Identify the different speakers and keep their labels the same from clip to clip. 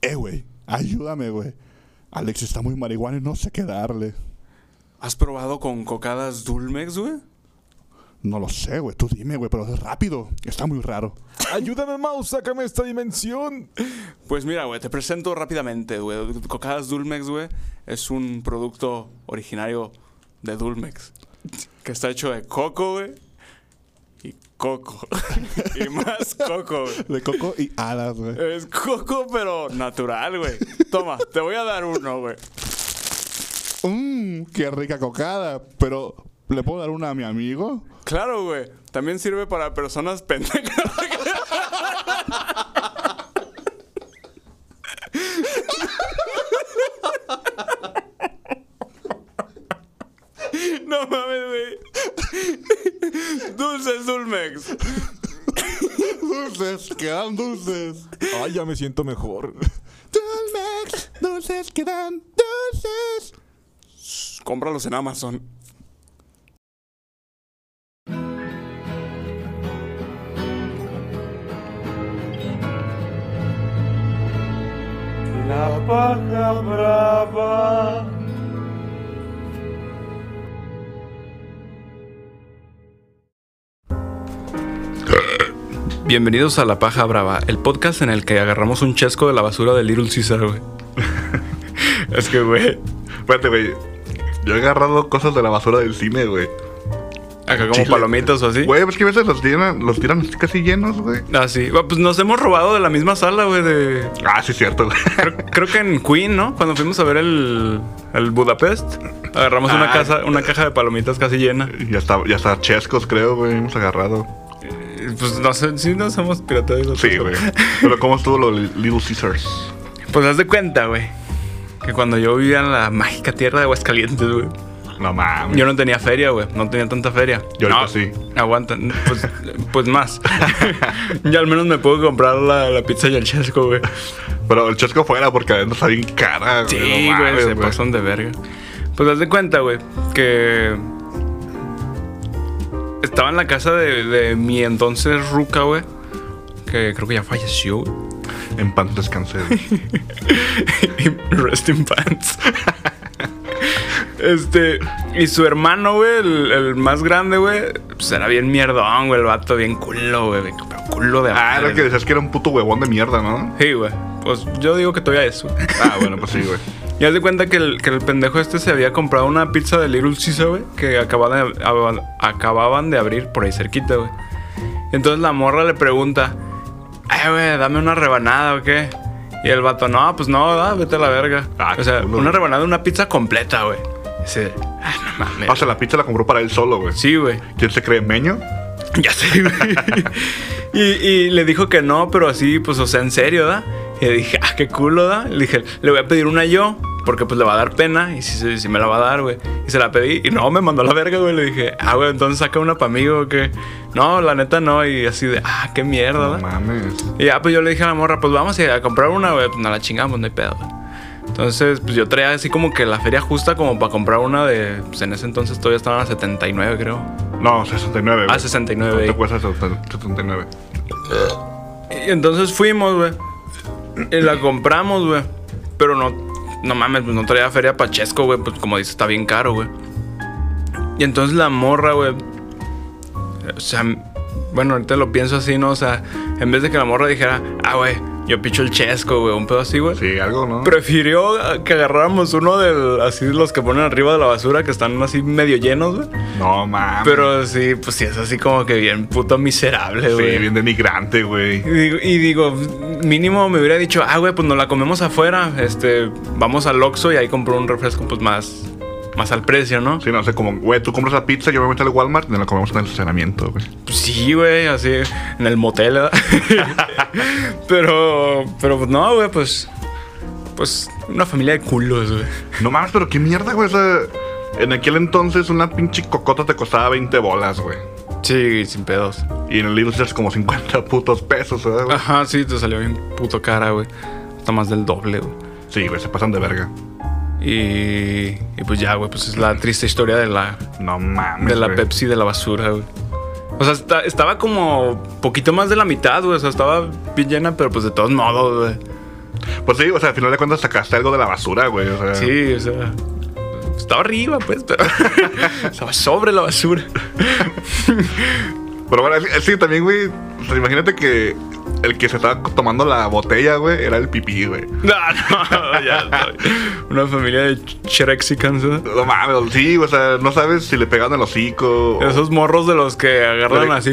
Speaker 1: eh, güey, ayúdame, güey. Alex está muy marihuana y no sé qué darle.
Speaker 2: ¿Has probado con cocadas Dulmex, güey?
Speaker 1: No lo sé, güey. Tú dime, güey, pero es rápido. Está muy raro.
Speaker 3: Ayúdame, Mouse, sácame esta dimensión.
Speaker 2: Pues mira, güey, te presento rápidamente, güey. Cocadas Dulmex, güey, es un producto originario de Dulmex. Que está hecho de coco, güey. Y coco. y más coco, güey.
Speaker 1: De coco y hadas, güey.
Speaker 2: Es coco, pero natural, güey. Toma, te voy a dar uno, güey.
Speaker 1: Mmm, qué rica cocada. Pero, ¿le puedo dar una a mi amigo?
Speaker 2: Claro, güey. También sirve para personas pendejas. No mames, güey. Dulces Dulmex.
Speaker 1: Dulces, quedan dulces.
Speaker 3: Ay, ya me siento mejor.
Speaker 1: Dulmex, dulces, quedan dulces.
Speaker 2: Cómpralos en Amazon.
Speaker 4: La paja brava.
Speaker 2: Bienvenidos a La Paja Brava, el podcast en el que agarramos un chesco de la basura de Little Caesar, güey.
Speaker 5: Es que, güey. Espérate, güey. Yo he agarrado cosas de la basura del cine, güey.
Speaker 2: Acá como
Speaker 5: Chile.
Speaker 2: palomitas o así.
Speaker 5: Güey, pues que a veces los tiran, los tiran así casi llenos, güey.
Speaker 2: Ah, sí. Va, Pues nos hemos robado de la misma sala, güey, de...
Speaker 5: Ah, sí, es cierto, güey.
Speaker 2: Creo, creo que en Queen, ¿no? Cuando fuimos a ver el, el Budapest, agarramos una,
Speaker 5: Ah.
Speaker 2: casa, una caja de palomitas casi llena.
Speaker 5: Ya está, ya está Chescos, creo, güey. Hemos agarrado.
Speaker 2: Eh, Pues no sé, sí nos hemos pirateado. esas
Speaker 5: Sí,
Speaker 2: cosas.
Speaker 5: güey. Pero ¿cómo estuvo lo de Little Caesars?
Speaker 2: Pues haz de cuenta, güey, que cuando yo vivía en la mágica tierra de Aguascalientes, güey,
Speaker 5: No mames.
Speaker 2: yo no tenía feria, güey. No tenía tanta feria.
Speaker 5: Y ahorita
Speaker 2: No,
Speaker 5: sí.
Speaker 2: Aguanta. Pues, pues más. ya al menos me puedo comprar la, la pizza y el chesco, güey.
Speaker 5: Pero el Chesco fuera porque adentro está bien cara, güey. No
Speaker 2: Sí, güey,
Speaker 5: mames,
Speaker 2: se pasan de verga. Pues haz de cuenta, güey, que estaba en la casa de, de mi entonces Ruca, güey, que creo que ya falleció, güey.
Speaker 5: En pan descansé. güey.
Speaker 2: Rest in pants. Este, y su hermano, güey, el, el más grande, güey, pues era bien mierdón, güey, el vato bien culo, güey, pero culo de
Speaker 5: Ah,
Speaker 2: madre,
Speaker 5: era que decías que era un puto huevón de mierda, ¿no?
Speaker 2: Sí, güey. Pues yo digo que todavía eso.
Speaker 5: Ah, bueno, pues sí, güey.
Speaker 2: Y haz de cuenta que el, que el pendejo este se había comprado una pizza de Little Caesar, güey, que acababan de, ab- acababan de abrir por ahí cerquita, güey. Entonces la morra le pregunta, eh, güey, dame una rebanada o qué. Y el vato, no, pues no, da, vete a la verga.
Speaker 5: Ah,
Speaker 2: o sea,
Speaker 5: culo,
Speaker 2: una
Speaker 5: güey.
Speaker 2: rebanada de una pizza completa, güey. Dice, ah, no mames.
Speaker 5: O sea, la pizza la compró para él solo, güey.
Speaker 2: Sí, güey.
Speaker 5: ¿Quién se cree meño?
Speaker 2: Ya sé, güey. y, y le dijo que no, pero así, pues, o sea, en serio, ¿da? Y le dije, ah, qué culo, ¿da? Le dije, le voy a pedir una yo, porque pues le va a dar pena, y si, se- si me la va a dar, güey. Y se la pedí, y no, me mandó a la verga, güey. Le dije, ah, güey, entonces saca una para mí, o qué. No, la neta no, y así de, ah, qué mierda,
Speaker 5: No
Speaker 2: ¿da?
Speaker 5: mames.
Speaker 2: Y ya, pues yo le dije a la morra, pues vamos a ir a comprar una, güey. Pues no la chingamos, no hay pedo, güey. Entonces, pues yo traía así como que la feria justa como para comprar una de... Pues en ese entonces todavía estaban a 79, creo.
Speaker 5: No, 69, güey.
Speaker 2: Ah, 69,
Speaker 5: ¿Cuánto
Speaker 2: güey.
Speaker 5: cuesta 79?
Speaker 2: Y entonces fuimos, güey. Y la compramos, güey. Pero no, no mames, pues no traía feria Pachesco, güey. Pues como dice, está bien caro, güey. Y entonces la morra, güey. O sea, bueno, ahorita lo pienso así, ¿no? O sea, en vez de que la morra dijera, ah, güey, yo picho el chesco, güey, un pedo así, güey.
Speaker 5: Sí, algo, ¿no?
Speaker 2: Prefirió ah, que agarráramos uno de así los que ponen arriba de la basura, que están así medio llenos, güey.
Speaker 5: No mames.
Speaker 2: Pero sí, pues sí, es así como que bien puto miserable,
Speaker 5: Sí,
Speaker 2: güey.
Speaker 5: bien denigrante, güey.
Speaker 2: Y digo, y digo, mínimo me hubiera dicho, ah, güey, pues nos la comemos afuera. Este, vamos al Oxxo y ahí compro un refresco, pues más, más al precio, ¿no?
Speaker 5: Sí, no sé, como, güey, tú compras la pizza, yo me meto al Walmart y nos la comemos en el estacionamiento, güey.
Speaker 2: Pues Sí, güey, así, en el motel, ¿verdad? pero, pero pues, no, güey, pues, pues, una familia de culos, güey.
Speaker 5: No mames, pero qué mierda, güey. O sea, en aquel entonces una pinche cocota te costaba 20 bolas, güey.
Speaker 2: Sí, sin pedos.
Speaker 5: Y en el Little Caesars como 50 putos pesos, ¿verdad, güey?
Speaker 2: Ajá, sí, te salió bien puto cara, güey. Hasta más del doble, güey.
Speaker 5: Sí, güey, se pasan de verga.
Speaker 2: Y, y pues ya, güey, pues es la triste historia de la,
Speaker 5: No mames.
Speaker 2: De la
Speaker 5: güey.
Speaker 2: Pepsi de la basura, güey. O sea, esta- estaba como poquito más de la mitad, güey. O sea, estaba bien llena, pero pues de todos modos, güey.
Speaker 5: Pues sí, o sea, al final de cuentas sacaste algo de la basura, güey. O sea,
Speaker 2: Sí, o sea. Estaba arriba, pues, pero. estaba sobre la basura.
Speaker 5: Pero bueno, es- es- sí, también, güey. o sea, imagínate que el que se estaba tomando la botella, güey, era el pipí, güey.
Speaker 2: No, no, ya estoy. Una familia de cherexicans, ¿eh?
Speaker 5: No mames, sí, o sea, no sabes si le pegaron el hocico. o-
Speaker 2: Esos morros de los que agarran
Speaker 5: Pero-
Speaker 2: así.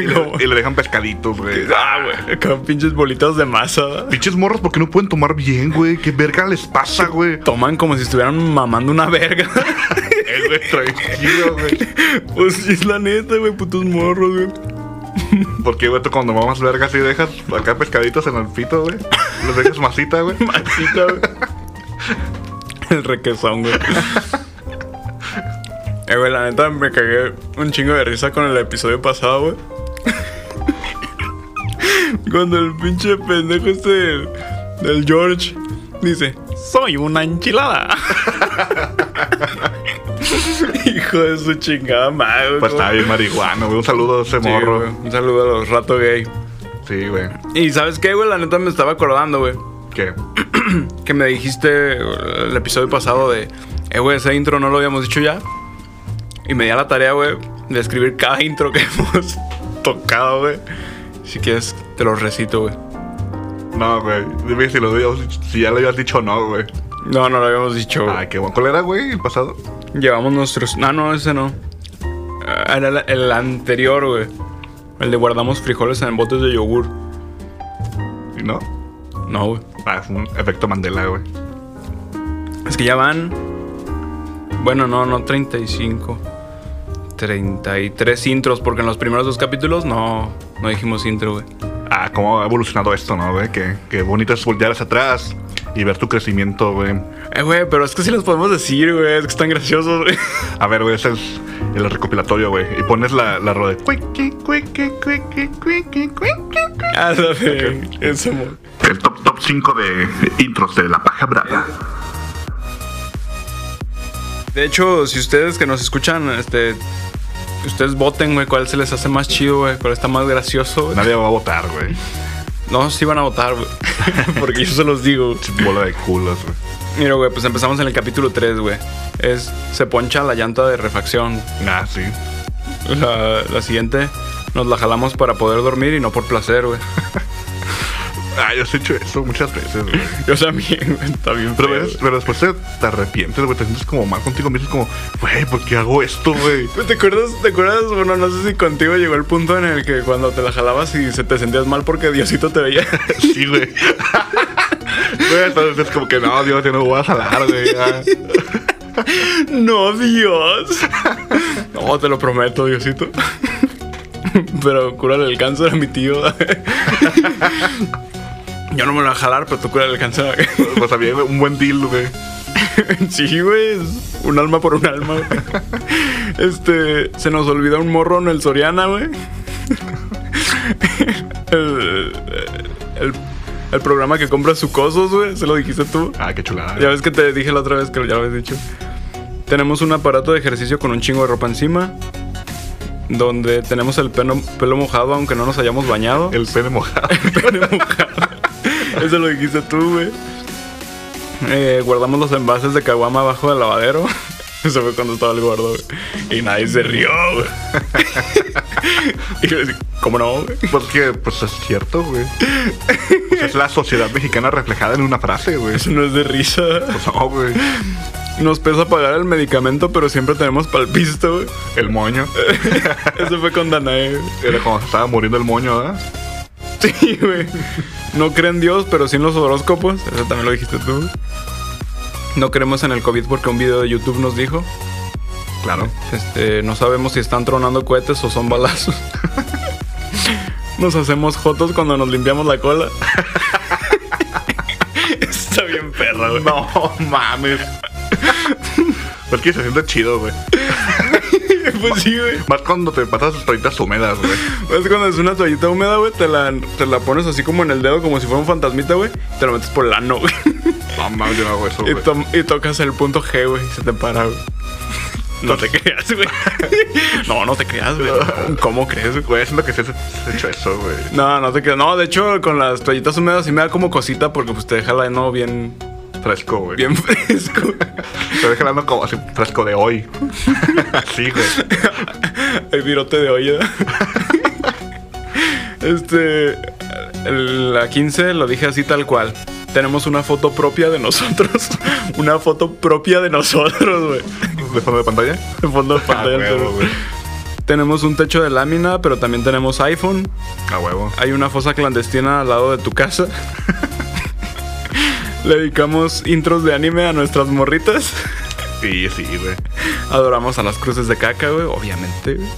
Speaker 5: le, y le dejan pescaditos, güey.
Speaker 2: Ah, güey. Con pinches bolitas de masa. ¿eh?
Speaker 5: Pinches morros, ¿por qué no pueden tomar bien, güey? ¿Qué verga les pasa, güey?
Speaker 2: Toman como si estuvieran mamando una verga.
Speaker 5: Eh, güey, tranquilo, güey.
Speaker 2: pues sí, es la neta, güey, putos morros, güey.
Speaker 5: Porque, güey, tú cuando mamas verga así dejas acá pescaditos en el pito, güey. Los dejas masita, güey.
Speaker 2: Masita, güey. El requesón, güey. Eh, güey, la neta me cagué un chingo de risa con el episodio pasado, güey. Cuando el pinche pendejo este del, del George dice, soy una enchilada. Hijo de su chingada madre, güey.
Speaker 5: Pues está bien marihuano, güey. Un saludo a ese
Speaker 2: Sí,
Speaker 5: morro.
Speaker 2: güey. Un saludo a los rato gay.
Speaker 5: Sí, güey.
Speaker 2: Y sabes qué, güey, la neta me estaba acordando, güey.
Speaker 5: ¿Qué?
Speaker 2: que me dijiste el episodio pasado de, eh, güey, ese intro no lo habíamos dicho ya. Y me di a la tarea, güey, de escribir cada intro que hemos tocado, güey. Si quieres, te lo recito, güey.
Speaker 5: No, güey. Dime si, lo habías- si ya lo habías dicho o no, güey.
Speaker 2: No, no lo habíamos dicho, güey.
Speaker 5: Ay, qué buen ¿Cuál era, güey, el pasado?
Speaker 2: Llevamos nuestros... No, no, ese no. Ah, Era el, el anterior, güey. El de guardamos frijoles en botes de yogur.
Speaker 5: ¿Y no?
Speaker 2: No, güey.
Speaker 5: Ah, es un efecto Mandela, güey.
Speaker 2: Es que ya van... Bueno, no, no 35. 33 intros, porque en los primeros dos capítulos no, no dijimos intro, güey.
Speaker 5: Ah, cómo ha evolucionado esto, ¿no, güey? Qué, qué bonito es voltear hacia atrás y ver tu crecimiento, güey.
Speaker 2: Eh, güey, pero es que sí los podemos decir, güey. Es que están graciosos, güey.
Speaker 5: A ver, güey, ese es el recopilatorio, güey. Y pones la, la rola de... cuiqui, cuiqui, cuiqui, cuiqui, cuiqui.
Speaker 2: Ah, la fe- Eso, amor.
Speaker 5: El top, top 5 de intros de La Paja Brava.
Speaker 2: De hecho, si ustedes que nos escuchan, este. Ustedes voten, güey, cuál se les hace más chido, güey, cuál está más gracioso, güey.
Speaker 5: Nadie va a votar, güey.
Speaker 2: No, sí van a votar, güey. Porque yo se los digo. güey.
Speaker 5: Bola de culos, güey.
Speaker 2: Mira, güey, pues empezamos en el capítulo 3, güey. Es. Se poncha la llanta de refacción.
Speaker 5: Ah, sí.
Speaker 2: La, la siguiente, nos la jalamos para poder dormir y no por placer, güey.
Speaker 5: Ah, yo he hecho eso muchas veces, güey.
Speaker 2: Yo también, güey, está bien.
Speaker 5: Pero,
Speaker 2: feo,
Speaker 5: ves- pero después te, te arrepientes, güey. Te sientes como mal contigo mismo. es como, güey, ¿por qué hago esto, güey?
Speaker 2: Pues, ¿Te acuerdas, ¿Te acuerdas? Bueno, no sé si contigo llegó el punto en el que cuando te la jalabas y se te sentías mal porque Diosito te veía.
Speaker 5: Sí, güey. Güey, entonces es como que no, Dios, yo no voy a jalar, güey. ya.
Speaker 2: no, Dios. no, te lo prometo, Diosito. pero cúrale el cáncer a mi tío. Yo no me lo voy a jalar, pero tú cúrale el cáncer.
Speaker 5: Pues había un buen deal, güey.
Speaker 2: sí, güey, es un alma por un alma. güey. Este, se nos olvidó un morro en el Soriana, güey. El, el- el programa que compra sucosos, güey, se lo dijiste tú.
Speaker 5: Ah, qué chulada.
Speaker 2: Ya ves que te dije la otra vez que ya lo habías dicho. Tenemos un aparato de ejercicio con un chingo de ropa encima. Donde tenemos el pelo, pelo mojado aunque no nos hayamos bañado.
Speaker 5: El pene mojado.
Speaker 2: Pene mojado. Eso lo dijiste tú, güey. Eh, guardamos los envases de caguama abajo del lavadero. Eso fue cuando estaba el gordo, güey. Y nadie se rió, güey. y yo así, ¿cómo no, güey?
Speaker 5: Porque, pues es cierto, güey. Pues, es la sociedad mexicana reflejada en una frase, güey.
Speaker 2: Eso no es de risa.
Speaker 5: Pues no, güey.
Speaker 2: Nos pesa pagar el medicamento, pero siempre tenemos palpisto, güey.
Speaker 5: El moño.
Speaker 2: Eso fue con Danae, güey.
Speaker 5: Era cuando se estaba muriendo el moño, ¿verdad?
Speaker 2: Sí, güey. No creen en Dios, pero sí en los horóscopos. Eso también lo dijiste tú. No creemos en el COVID porque un video de YouTube nos dijo.
Speaker 5: Claro.
Speaker 2: Este, no sabemos si están tronando cohetes o son balazos. Nos hacemos jotos cuando nos limpiamos la cola. Está bien perra, güey.
Speaker 5: No mames. Pues que se siente chido, güey.
Speaker 2: Pues sí, güey.
Speaker 5: Más cuando te pasas tus toallitas húmedas, güey.
Speaker 2: Es cuando es una toallita húmeda, güey, te la, te la pones así como en el dedo, como si fuera un fantasmita, güey. y Te lo metes por la ano, güey.
Speaker 5: No mames, yo no hago eso,
Speaker 2: Y,
Speaker 5: güey.
Speaker 2: to- y tocas el punto G, güey. y Se te para, güey. No te creas, güey. No, no te creas, güey. ¿Cómo crees, güey?
Speaker 5: Güey, siento que sí has hecho eso, güey.
Speaker 2: No, no te creas. No, de hecho, con las toallitas húmedas sí me da como cosita porque pues te deja la no bien,
Speaker 5: Fresco, güey.
Speaker 2: bien fresco.
Speaker 5: Te deja hablando como así, fresco de hoy. Así, güey.
Speaker 2: El virote de olla. Este. el- La 15 lo dije así tal cual. Tenemos una foto propia de nosotros. Una foto propia de nosotros, güey.
Speaker 5: ¿De fondo de pantalla?
Speaker 2: En fondo de pantalla.
Speaker 5: A Ah, huevo, güey.
Speaker 2: Tenemos un techo de lámina, pero también tenemos iPhone.
Speaker 5: A Ah, huevo.
Speaker 2: Hay una fosa clandestina al lado de tu casa. Le dedicamos intros de anime a nuestras morritas.
Speaker 5: Sí, sí, güey.
Speaker 2: Adoramos a las cruces de caca, güey, obviamente. güey.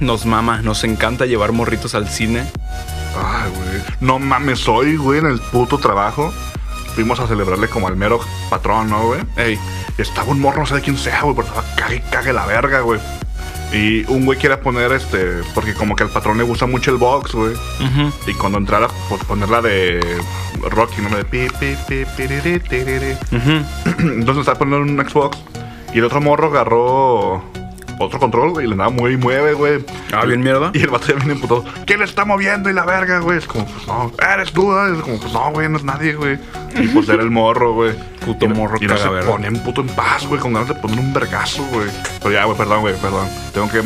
Speaker 2: Nos mama, nos encanta llevar morritos al cine.
Speaker 5: Ay, güey. No mames, hoy, güey, en el puto trabajo. Fuimos a celebrarle como al mero patrón, ¿no, güey?
Speaker 2: Ey,
Speaker 5: Y estaba un morro, no sé de quién sea, güey, pero estaba cague, y cague la verga, güey. Y un güey quiere poner este, porque como que al patrón le gusta mucho el box, güey.
Speaker 2: ujú.
Speaker 5: Y cuando entrara, pues ponerla de Rocky, ¿no? De pi, pi, pi, piriri, tiriri. Entonces estaba poniendo un Xbox. Y el otro morro agarró otro control, güey, y le andaba muy mueve, güey.
Speaker 2: Ah, bien mierda.
Speaker 5: Y el vato ya viene emputado. ¿Quién le está moviendo y la verga, güey? Es como, pues no, eres tú, ¿no? Es como, pues no, güey, no es nadie, güey. Y pues era el morro, güey.
Speaker 2: Puto
Speaker 5: Y no-
Speaker 2: morro
Speaker 5: Y no se
Speaker 2: cagaverga.
Speaker 5: ponen puto en paz, güey, con ganas de poner un vergazo, güey. Pero ya, güey, perdón, güey, perdón. Tengo que,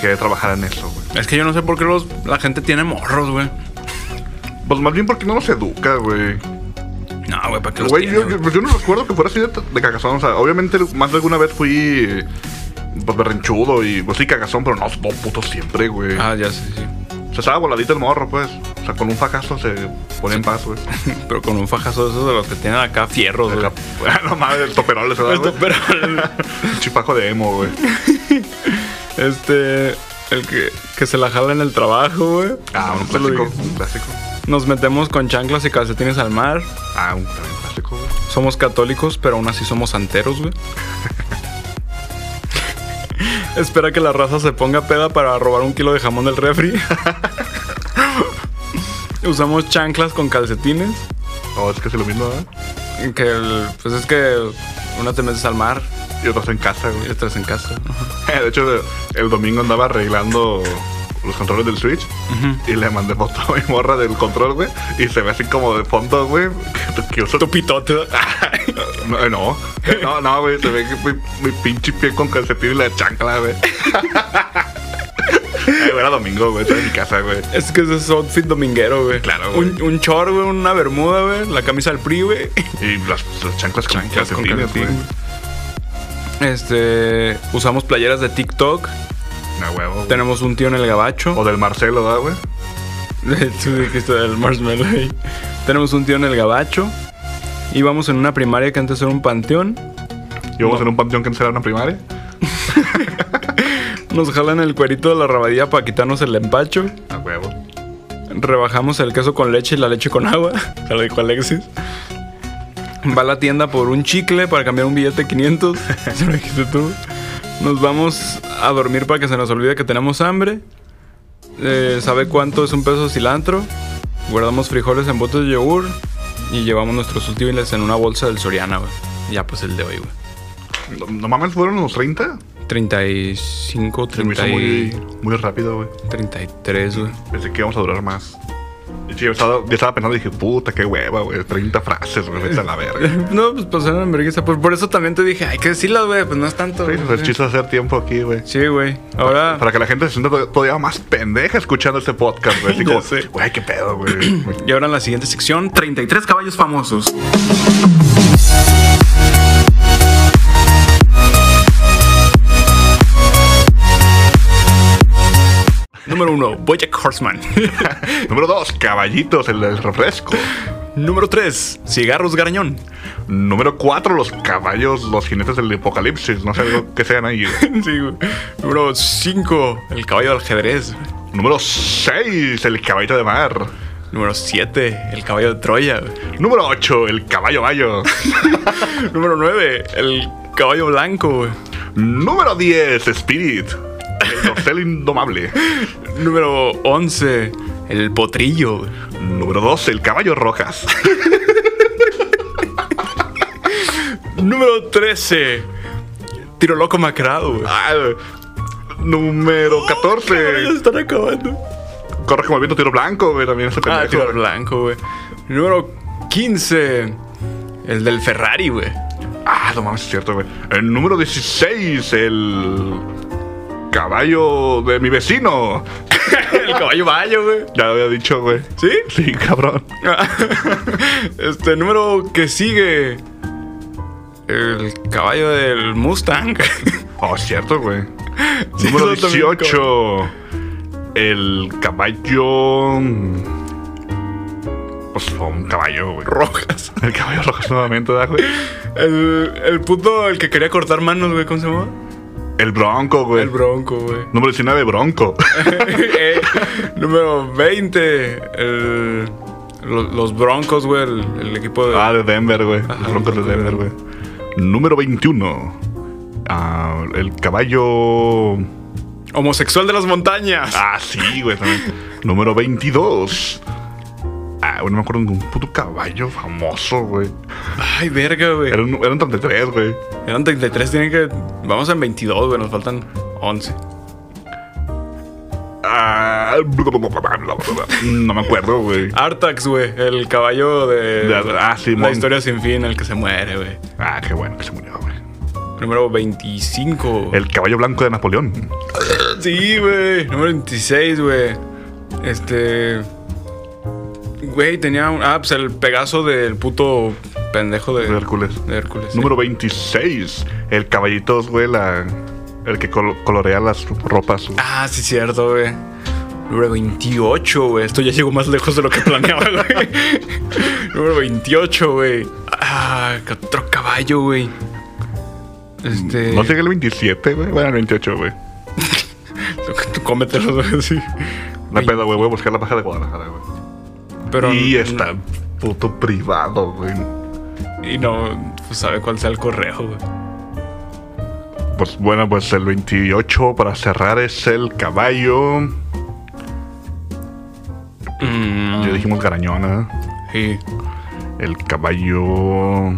Speaker 5: que trabajar en eso, güey.
Speaker 2: Es que yo no sé por qué los, la gente tiene morros, güey.
Speaker 5: Pues más bien porque no nos educa, güey.
Speaker 2: No, güey, ¿para qué los
Speaker 5: Güey,
Speaker 2: tiene,
Speaker 5: yo,
Speaker 2: güey?
Speaker 5: yo- pues yo no recuerdo que fuera así de, de cagazón. O sea, obviamente más de alguna vez fui pues, berrinchudo y pues sí cagazón, pero no, no puto siempre, güey.
Speaker 2: Ah, ya sí, sí.
Speaker 5: Se estaba voladito el morro, pues. O sea, con un fajazo se pone en paz, güey.
Speaker 2: Pero con un fajazo de esos de los que tienen acá fierros, güey.
Speaker 5: Acá, no mames, el toperol se da,
Speaker 2: El toperol, güey.
Speaker 5: Un Chipajo de emo, güey.
Speaker 2: Este. El que, que se la jala en el trabajo, güey.
Speaker 5: Ah, un
Speaker 2: Te lo
Speaker 5: clásico,
Speaker 2: dije.
Speaker 5: un clásico.
Speaker 2: Nos metemos con chanclas y calcetines al mar.
Speaker 5: Ah, un, también un clásico, güey.
Speaker 2: Somos católicos, pero aún así somos santeros, güey. Espera que la raza se ponga peda para robar un kilo de jamón del refri. Usamos chanclas con calcetines.
Speaker 5: No, es que es lo mismo, ¿eh?
Speaker 2: Que el- pues es que una te metes al mar
Speaker 5: Y otros en casa,
Speaker 2: y
Speaker 5: güey.
Speaker 2: estás en casa.
Speaker 5: De hecho, el domingo andaba arreglando los controles del Switch y le mandé foto a mi morra del control, güey. Y se ve así como de fondo, güey. que- Que uso.
Speaker 2: Tu pitote.
Speaker 5: No, eh, no, Eh, no, no, güey. Se ve que mi, mi pinche pie con calcetín y la chancla, güey. Ay, güey, era domingo, güey. Estaba en mi casa, güey.
Speaker 2: Es que ese es outfit dominguero, güey.
Speaker 5: Claro, güey.
Speaker 2: Un, un short, güey, una bermuda, güey, la camisa al PRI, güey.
Speaker 5: Y las, las chanclas con
Speaker 2: Chanclas con
Speaker 5: calcetines, güey.
Speaker 2: calcetín. Este, usamos playeras de TikTok.
Speaker 5: Una huevo. güey.
Speaker 2: Tenemos un tío en el gabacho.
Speaker 5: O del Marcelo, ¿da, güey?
Speaker 2: Tú dijiste del marshmallow ahí. Tenemos un tío en el gabacho. Íbamos en una primaria que antes era un panteón.
Speaker 5: Y vamos en un panteón que antes era una primaria.
Speaker 2: Nos jalan el cuerito de la rabadilla para quitarnos el empacho.
Speaker 5: A huevo.
Speaker 2: Rebajamos el queso con leche y la leche con agua. Se lo dijo Alexis. Va a la tienda por un chicle para cambiar un billete de 500. Se lo dijiste tú. Nos vamos a dormir para que se nos olvide que tenemos hambre. Eh, ¿Sabe cuánto es un peso de cilantro? Guardamos frijoles en botes de yogur. Y llevamos nuestros útiles en una bolsa del Soriana, güey. Ya pues el de hoy, güey.
Speaker 5: No, no mames, fueron los 30.
Speaker 2: 35,
Speaker 5: Se me hizo
Speaker 2: 30,
Speaker 5: muy, muy rápido, güey.
Speaker 2: 33, güey.
Speaker 5: Pensé que íbamos a durar más. Y sí, yo estaba, yo estaba pensando y dije, puta, qué hueva, güey. 30 frases, güey. Vete a la verga.
Speaker 2: No, pues pasaron en vergüenza. Pues por eso también te dije, hay que decirlas, güey. Pues no es tanto.
Speaker 5: Sí,
Speaker 2: güey.
Speaker 5: pues, el chiste es hacer tiempo aquí, güey.
Speaker 2: Sí, güey. Ahora,
Speaker 5: Para que la gente se sienta to- todavía más pendeja escuchando este podcast, güey. Así
Speaker 2: Ya
Speaker 5: como,
Speaker 2: sé.
Speaker 5: güey, qué pedo, güey.
Speaker 2: y ahora en la siguiente sección, 33 caballos famosos. Número 1, Bojack Horseman.
Speaker 5: Número 2, caballitos, el, el refresco.
Speaker 2: Número 3, Cigarros Garañón.
Speaker 5: Número 4, los caballos, los jinetes del apocalipsis. No sé lo que sean ahí. güey.
Speaker 2: Sí, güey. Número 5, El Caballo del Ajedrez.
Speaker 5: Número 6, el caballito de mar.
Speaker 2: Número 7, El Caballo de Troya. güey.
Speaker 5: Número 8, el caballo bayo.
Speaker 2: Número 9, El Caballo Blanco. güey.
Speaker 5: Número 10, Spirit. El corcel indomable.
Speaker 2: Número 11, el potrillo.
Speaker 5: Número 2, el caballo rojas.
Speaker 2: Número 13, Tiro loco macrado, güey.
Speaker 5: Ah, güey.
Speaker 2: Oh,
Speaker 5: número 14.
Speaker 2: Se están acabando.
Speaker 5: Corre como el viento, tiro blanco, güey. También este
Speaker 2: Ah,
Speaker 5: pendejo.
Speaker 2: tiro blanco, güey. Número 15. El del Ferrari, güey.
Speaker 5: Ah, no mames, es cierto, güey. El número 16, el caballo de mi vecino.
Speaker 2: El caballo bayo, güey.
Speaker 5: Ya lo había dicho, güey.
Speaker 2: ¿Sí?
Speaker 5: Sí, cabrón.
Speaker 2: Este número que sigue. El caballo del Mustang.
Speaker 5: Oh, es cierto, güey.
Speaker 2: Sí,
Speaker 5: número
Speaker 2: eso también,
Speaker 5: 18, el caballo. Pues fue un caballo, güey.
Speaker 2: Rojas.
Speaker 5: El caballo rojo es nuevamente, ¿verdad, güey?
Speaker 2: El, el puto, el que quería cortar manos, güey, ¿cómo se llama?
Speaker 5: El bronco, güey.
Speaker 2: El bronco, güey.
Speaker 5: número 19, bronco.
Speaker 2: Eh, número 20. el- lo- los Broncos, güey. El, el equipo de.
Speaker 5: Ah, de Denver, güey.
Speaker 2: Ajá,
Speaker 5: Los Broncos de
Speaker 2: bronco de
Speaker 5: Denver, güey.
Speaker 2: Denver.
Speaker 5: Número 21. ah, el caballo.
Speaker 2: Homosexual de las montañas.
Speaker 5: Ah, sí, güey. también. Número 22. Ah, güey, no me acuerdo de un puto caballo famoso, güey.
Speaker 2: Ay, verga, güey.
Speaker 5: Eran, eran 33, güey.
Speaker 2: Eran 33, tienen que. Vamos en 22, güey. Nos faltan 11.
Speaker 5: Ah, no me acuerdo, güey.
Speaker 2: Artax, güey. El caballo de.
Speaker 5: De- ah, Simón.
Speaker 2: La historia sin fin, el que se muere, güey.
Speaker 5: Ah, qué bueno que se murió, güey.
Speaker 2: Número 25.
Speaker 5: El caballo blanco de Napoleón.
Speaker 2: Sí, güey. Número 26, güey. Este. Güey, tenía un. Ah, pues el Pegaso del puto pendejo de.
Speaker 5: De Hércules.
Speaker 2: De Hércules. sí.
Speaker 5: Número 26. El caballito, güey, la- el que col- colorea las ropas. güey.
Speaker 2: Ah, sí, cierto, güey. Número 28, güey. Esto ya llegó más lejos de lo que planeaba, güey. Número 28, güey. Ah, que otro caballo, güey. Este.
Speaker 5: No llegué el 27, güey. Bueno, el 28, güey.
Speaker 2: Tú cómetelo, güey, sí.
Speaker 5: La peda, güey. Voy a buscar la paja de Guadalajara, güey.
Speaker 2: Pero.
Speaker 5: y está puto privado, güey.
Speaker 2: Y no pues, sabe cuál sea el correo, güey.
Speaker 5: Pues bueno, pues el 28 para cerrar es el caballo.
Speaker 2: Ah.
Speaker 5: Ya dijimos garañona.
Speaker 2: Sí.
Speaker 5: El caballo.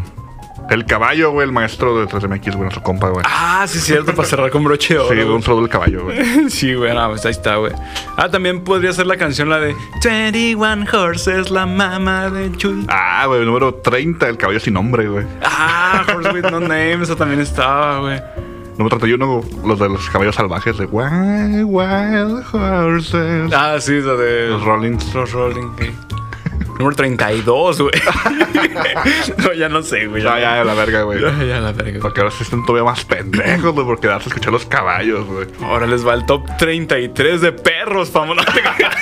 Speaker 5: El caballo, güey, el maestro de 3MX, güey, nuestro compa, güey.
Speaker 2: Ah, sí, cierto, para cerrar con broche de oro.
Speaker 5: Sí, güey, un
Speaker 2: güey.
Speaker 5: saludo del caballo, güey.
Speaker 2: Sí, güey, no, pues ahí está, güey. Ah, también podría ser la canción la de 21 Horses, la mamá de Chuy.
Speaker 5: Ah, güey, número 30, el caballo sin nombre, güey.
Speaker 2: Ah, Horse with No Name, esa también estaba, güey.
Speaker 5: Número 31, los de los caballos salvajes de Wild, Wild Horses.
Speaker 2: Ah, sí, la de
Speaker 5: Los Rollins.
Speaker 2: Los Rolling. sí. Número 32, güey. no, ya no sé, güey.
Speaker 5: Ya, Ah, ya, de la verga, güey.
Speaker 2: Ya, ya, la verga. güey.
Speaker 5: Porque ahora sí están todavía más pendejos, güey, por quedarse a escuchar los caballos, güey.
Speaker 2: Ahora les va el top 33 de perros, famoso.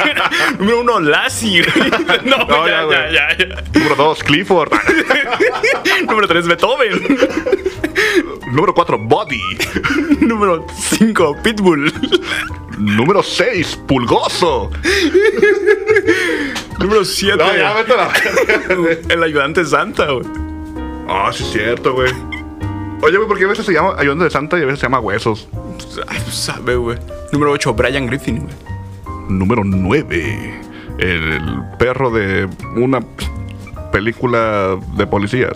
Speaker 2: Número 1, Lassie, güey. No,
Speaker 5: No, ya,
Speaker 2: ya,
Speaker 5: güey.
Speaker 2: ya, ya, ya.
Speaker 5: Número 2, Clifford. Ah,
Speaker 2: Número 3, Beethoven.
Speaker 5: Número 4, Body.
Speaker 2: Número 5, Pitbull.
Speaker 5: Número 6, Pulgoso.
Speaker 2: Número 7,
Speaker 5: No, ya, vete a la verga.
Speaker 2: el ayudante Santa, güey.
Speaker 5: Ah, sí es cierto, güey. Oye, güey, porque a veces se llama ayudante de Santa y a veces se llama Huesos.
Speaker 2: Pues, ay, pues, sabe, güey. Número 8, Brian Griffin, güey.
Speaker 5: Número 9. El perro de una película de policías.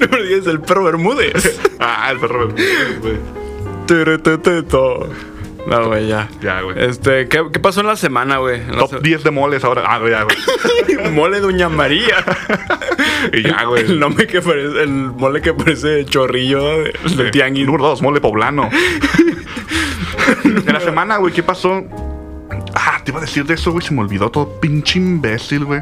Speaker 2: Número 10, el perro Bermúdez.
Speaker 5: ah, el perro de güey.
Speaker 2: Turutututo. No, güey, ya.
Speaker 5: Ya, güey.
Speaker 2: Este, ¿qué, qué pasó en la semana, güey? En la
Speaker 5: Top 10 de moles ahora. Ah, güey, ya, güey.
Speaker 2: se- mole Doña María.
Speaker 5: Y ya, güey.
Speaker 2: El nombre que parece, el mole que parece chorrillo de, de tianguis.
Speaker 5: Número 2, mole poblano. en la semana, güey, ¿qué pasó? Ah, te iba a decir de eso, güey. Se me olvidó todo pinche imbécil, güey.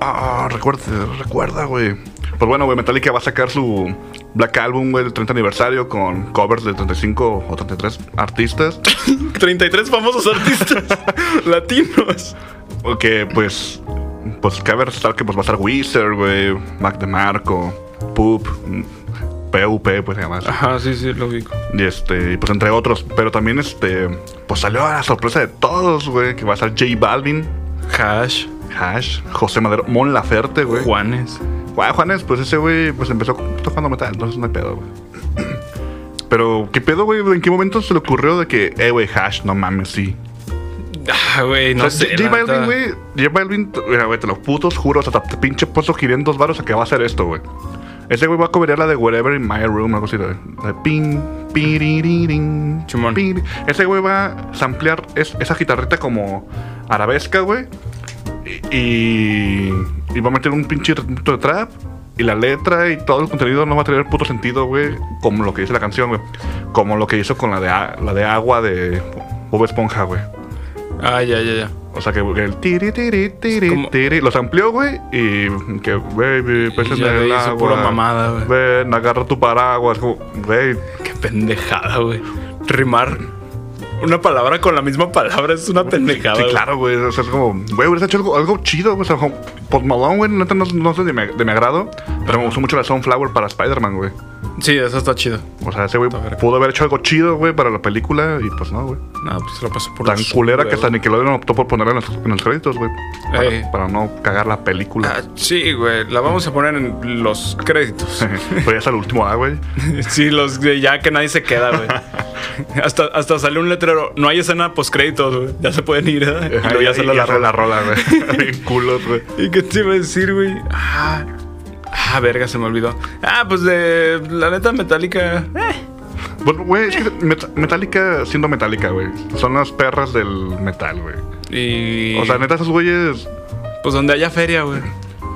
Speaker 5: Ah, recuerda, recuerda, güey. Pues bueno, güey, Metallica va a sacar su Black Album, güey, del 30 aniversario con covers de 35 o 33 artistas.
Speaker 2: 33 famosos artistas latinos.
Speaker 5: que pues, pues cabe resaltar que pues va a estar Wizard, güey, Mac DeMarco, Poop, mm, PUP, pues además.
Speaker 2: Ajá, sí, sí, lo ubico.
Speaker 5: Y este, pues entre otros. Pero también este, pues salió a la sorpresa de todos, güey, que va a ser J Balvin,
Speaker 2: Hash,
Speaker 5: Hash, José Madero, Mon Laferte, güey.
Speaker 2: Juanes.
Speaker 5: Juan- Juanes, pues ese güey, pues empezó tocando metal, entonces no hay pedo, güey. Pero, ¿qué pedo, güey? ¿En qué momento se le ocurrió de que, eh, güey, Hash, no mames, sí?
Speaker 2: Ah, güey, no
Speaker 5: O sea,
Speaker 2: sé.
Speaker 5: Pues,
Speaker 2: la
Speaker 5: J Balvin,
Speaker 2: neta.
Speaker 5: güey, J Balvin, t- mira, güey, te los putos juro, hasta te pinche puso 500 varos a que va a hacer esto, güey. Ese güey va a cobrar la de Wherever in My Room, algo así. La de la de ping, piriririn,
Speaker 2: Simón.
Speaker 5: piri. Ese güey va a samplear es- esa guitarrita como arabesca, güey. Y, y, y va a meter un pinche ritmito de trap. Y la letra y todo el contenido no va a tener puto sentido, güey. Como lo que dice la canción, güey. Como lo que hizo con la de, a- la de agua de Bob Esponja, güey.
Speaker 2: Ah, ya, ya, ya.
Speaker 5: O sea que el tiri tiri tiri
Speaker 2: como-
Speaker 5: tiri los amplió, güey, y que baby, peces
Speaker 2: ya le
Speaker 5: en el
Speaker 2: hizo
Speaker 5: agua.
Speaker 2: pura mamada, güey.
Speaker 5: Ven, agarra tu paraguas, como, güey,
Speaker 2: Qué pendejada, güey. Rimar una palabra con la misma palabra es una pendejada.
Speaker 5: sí,
Speaker 2: güey.
Speaker 5: claro, güey, o sea, es como, güey, hubieras hecho algo, algo chido, güey, o sea, como, Post Malone, güey, neta no, no sé de mi, de mi agrado, pero me gustó mucho la Sunflower para Spider-Man, güey.
Speaker 2: Sí, eso está chido.
Speaker 5: O sea, ese güey
Speaker 2: verga.
Speaker 5: pudo haber hecho algo chido, güey, para la película y pues no, güey.
Speaker 2: No, pues se lo pasó por
Speaker 5: Tan
Speaker 2: los
Speaker 5: culera que
Speaker 2: huevos.
Speaker 5: hasta Nickelodeon optó por ponerla en los, en los créditos, güey,
Speaker 2: Ey.
Speaker 5: para, para no cagar la película.
Speaker 2: Ah, sí, güey. La vamos a poner en los créditos.
Speaker 5: pero ya es el último, ah, güey.
Speaker 2: sí, los de ya que nadie se queda, güey. Hasta, hasta sale un letrero. No hay escena post créditos, güey. Ya se pueden ir. ¿eh? Y
Speaker 5: Ajá,
Speaker 2: luego
Speaker 5: y-
Speaker 2: ya
Speaker 5: y-
Speaker 2: sale
Speaker 5: y
Speaker 2: la
Speaker 5: hace
Speaker 2: rola.
Speaker 5: güey. Bien culos, güey.
Speaker 2: ¿Y qué te iba a decir, güey? Ah, ah, verga, se me olvidó. Ah, pues de la neta metálica.
Speaker 5: Bueno, güey, es que Met- Metallica siendo Metallica, güey. Son las perras del metal, güey.
Speaker 2: Y.
Speaker 5: Eh. O sea, neta, esos güeyes.
Speaker 2: Pues donde haya feria, güey.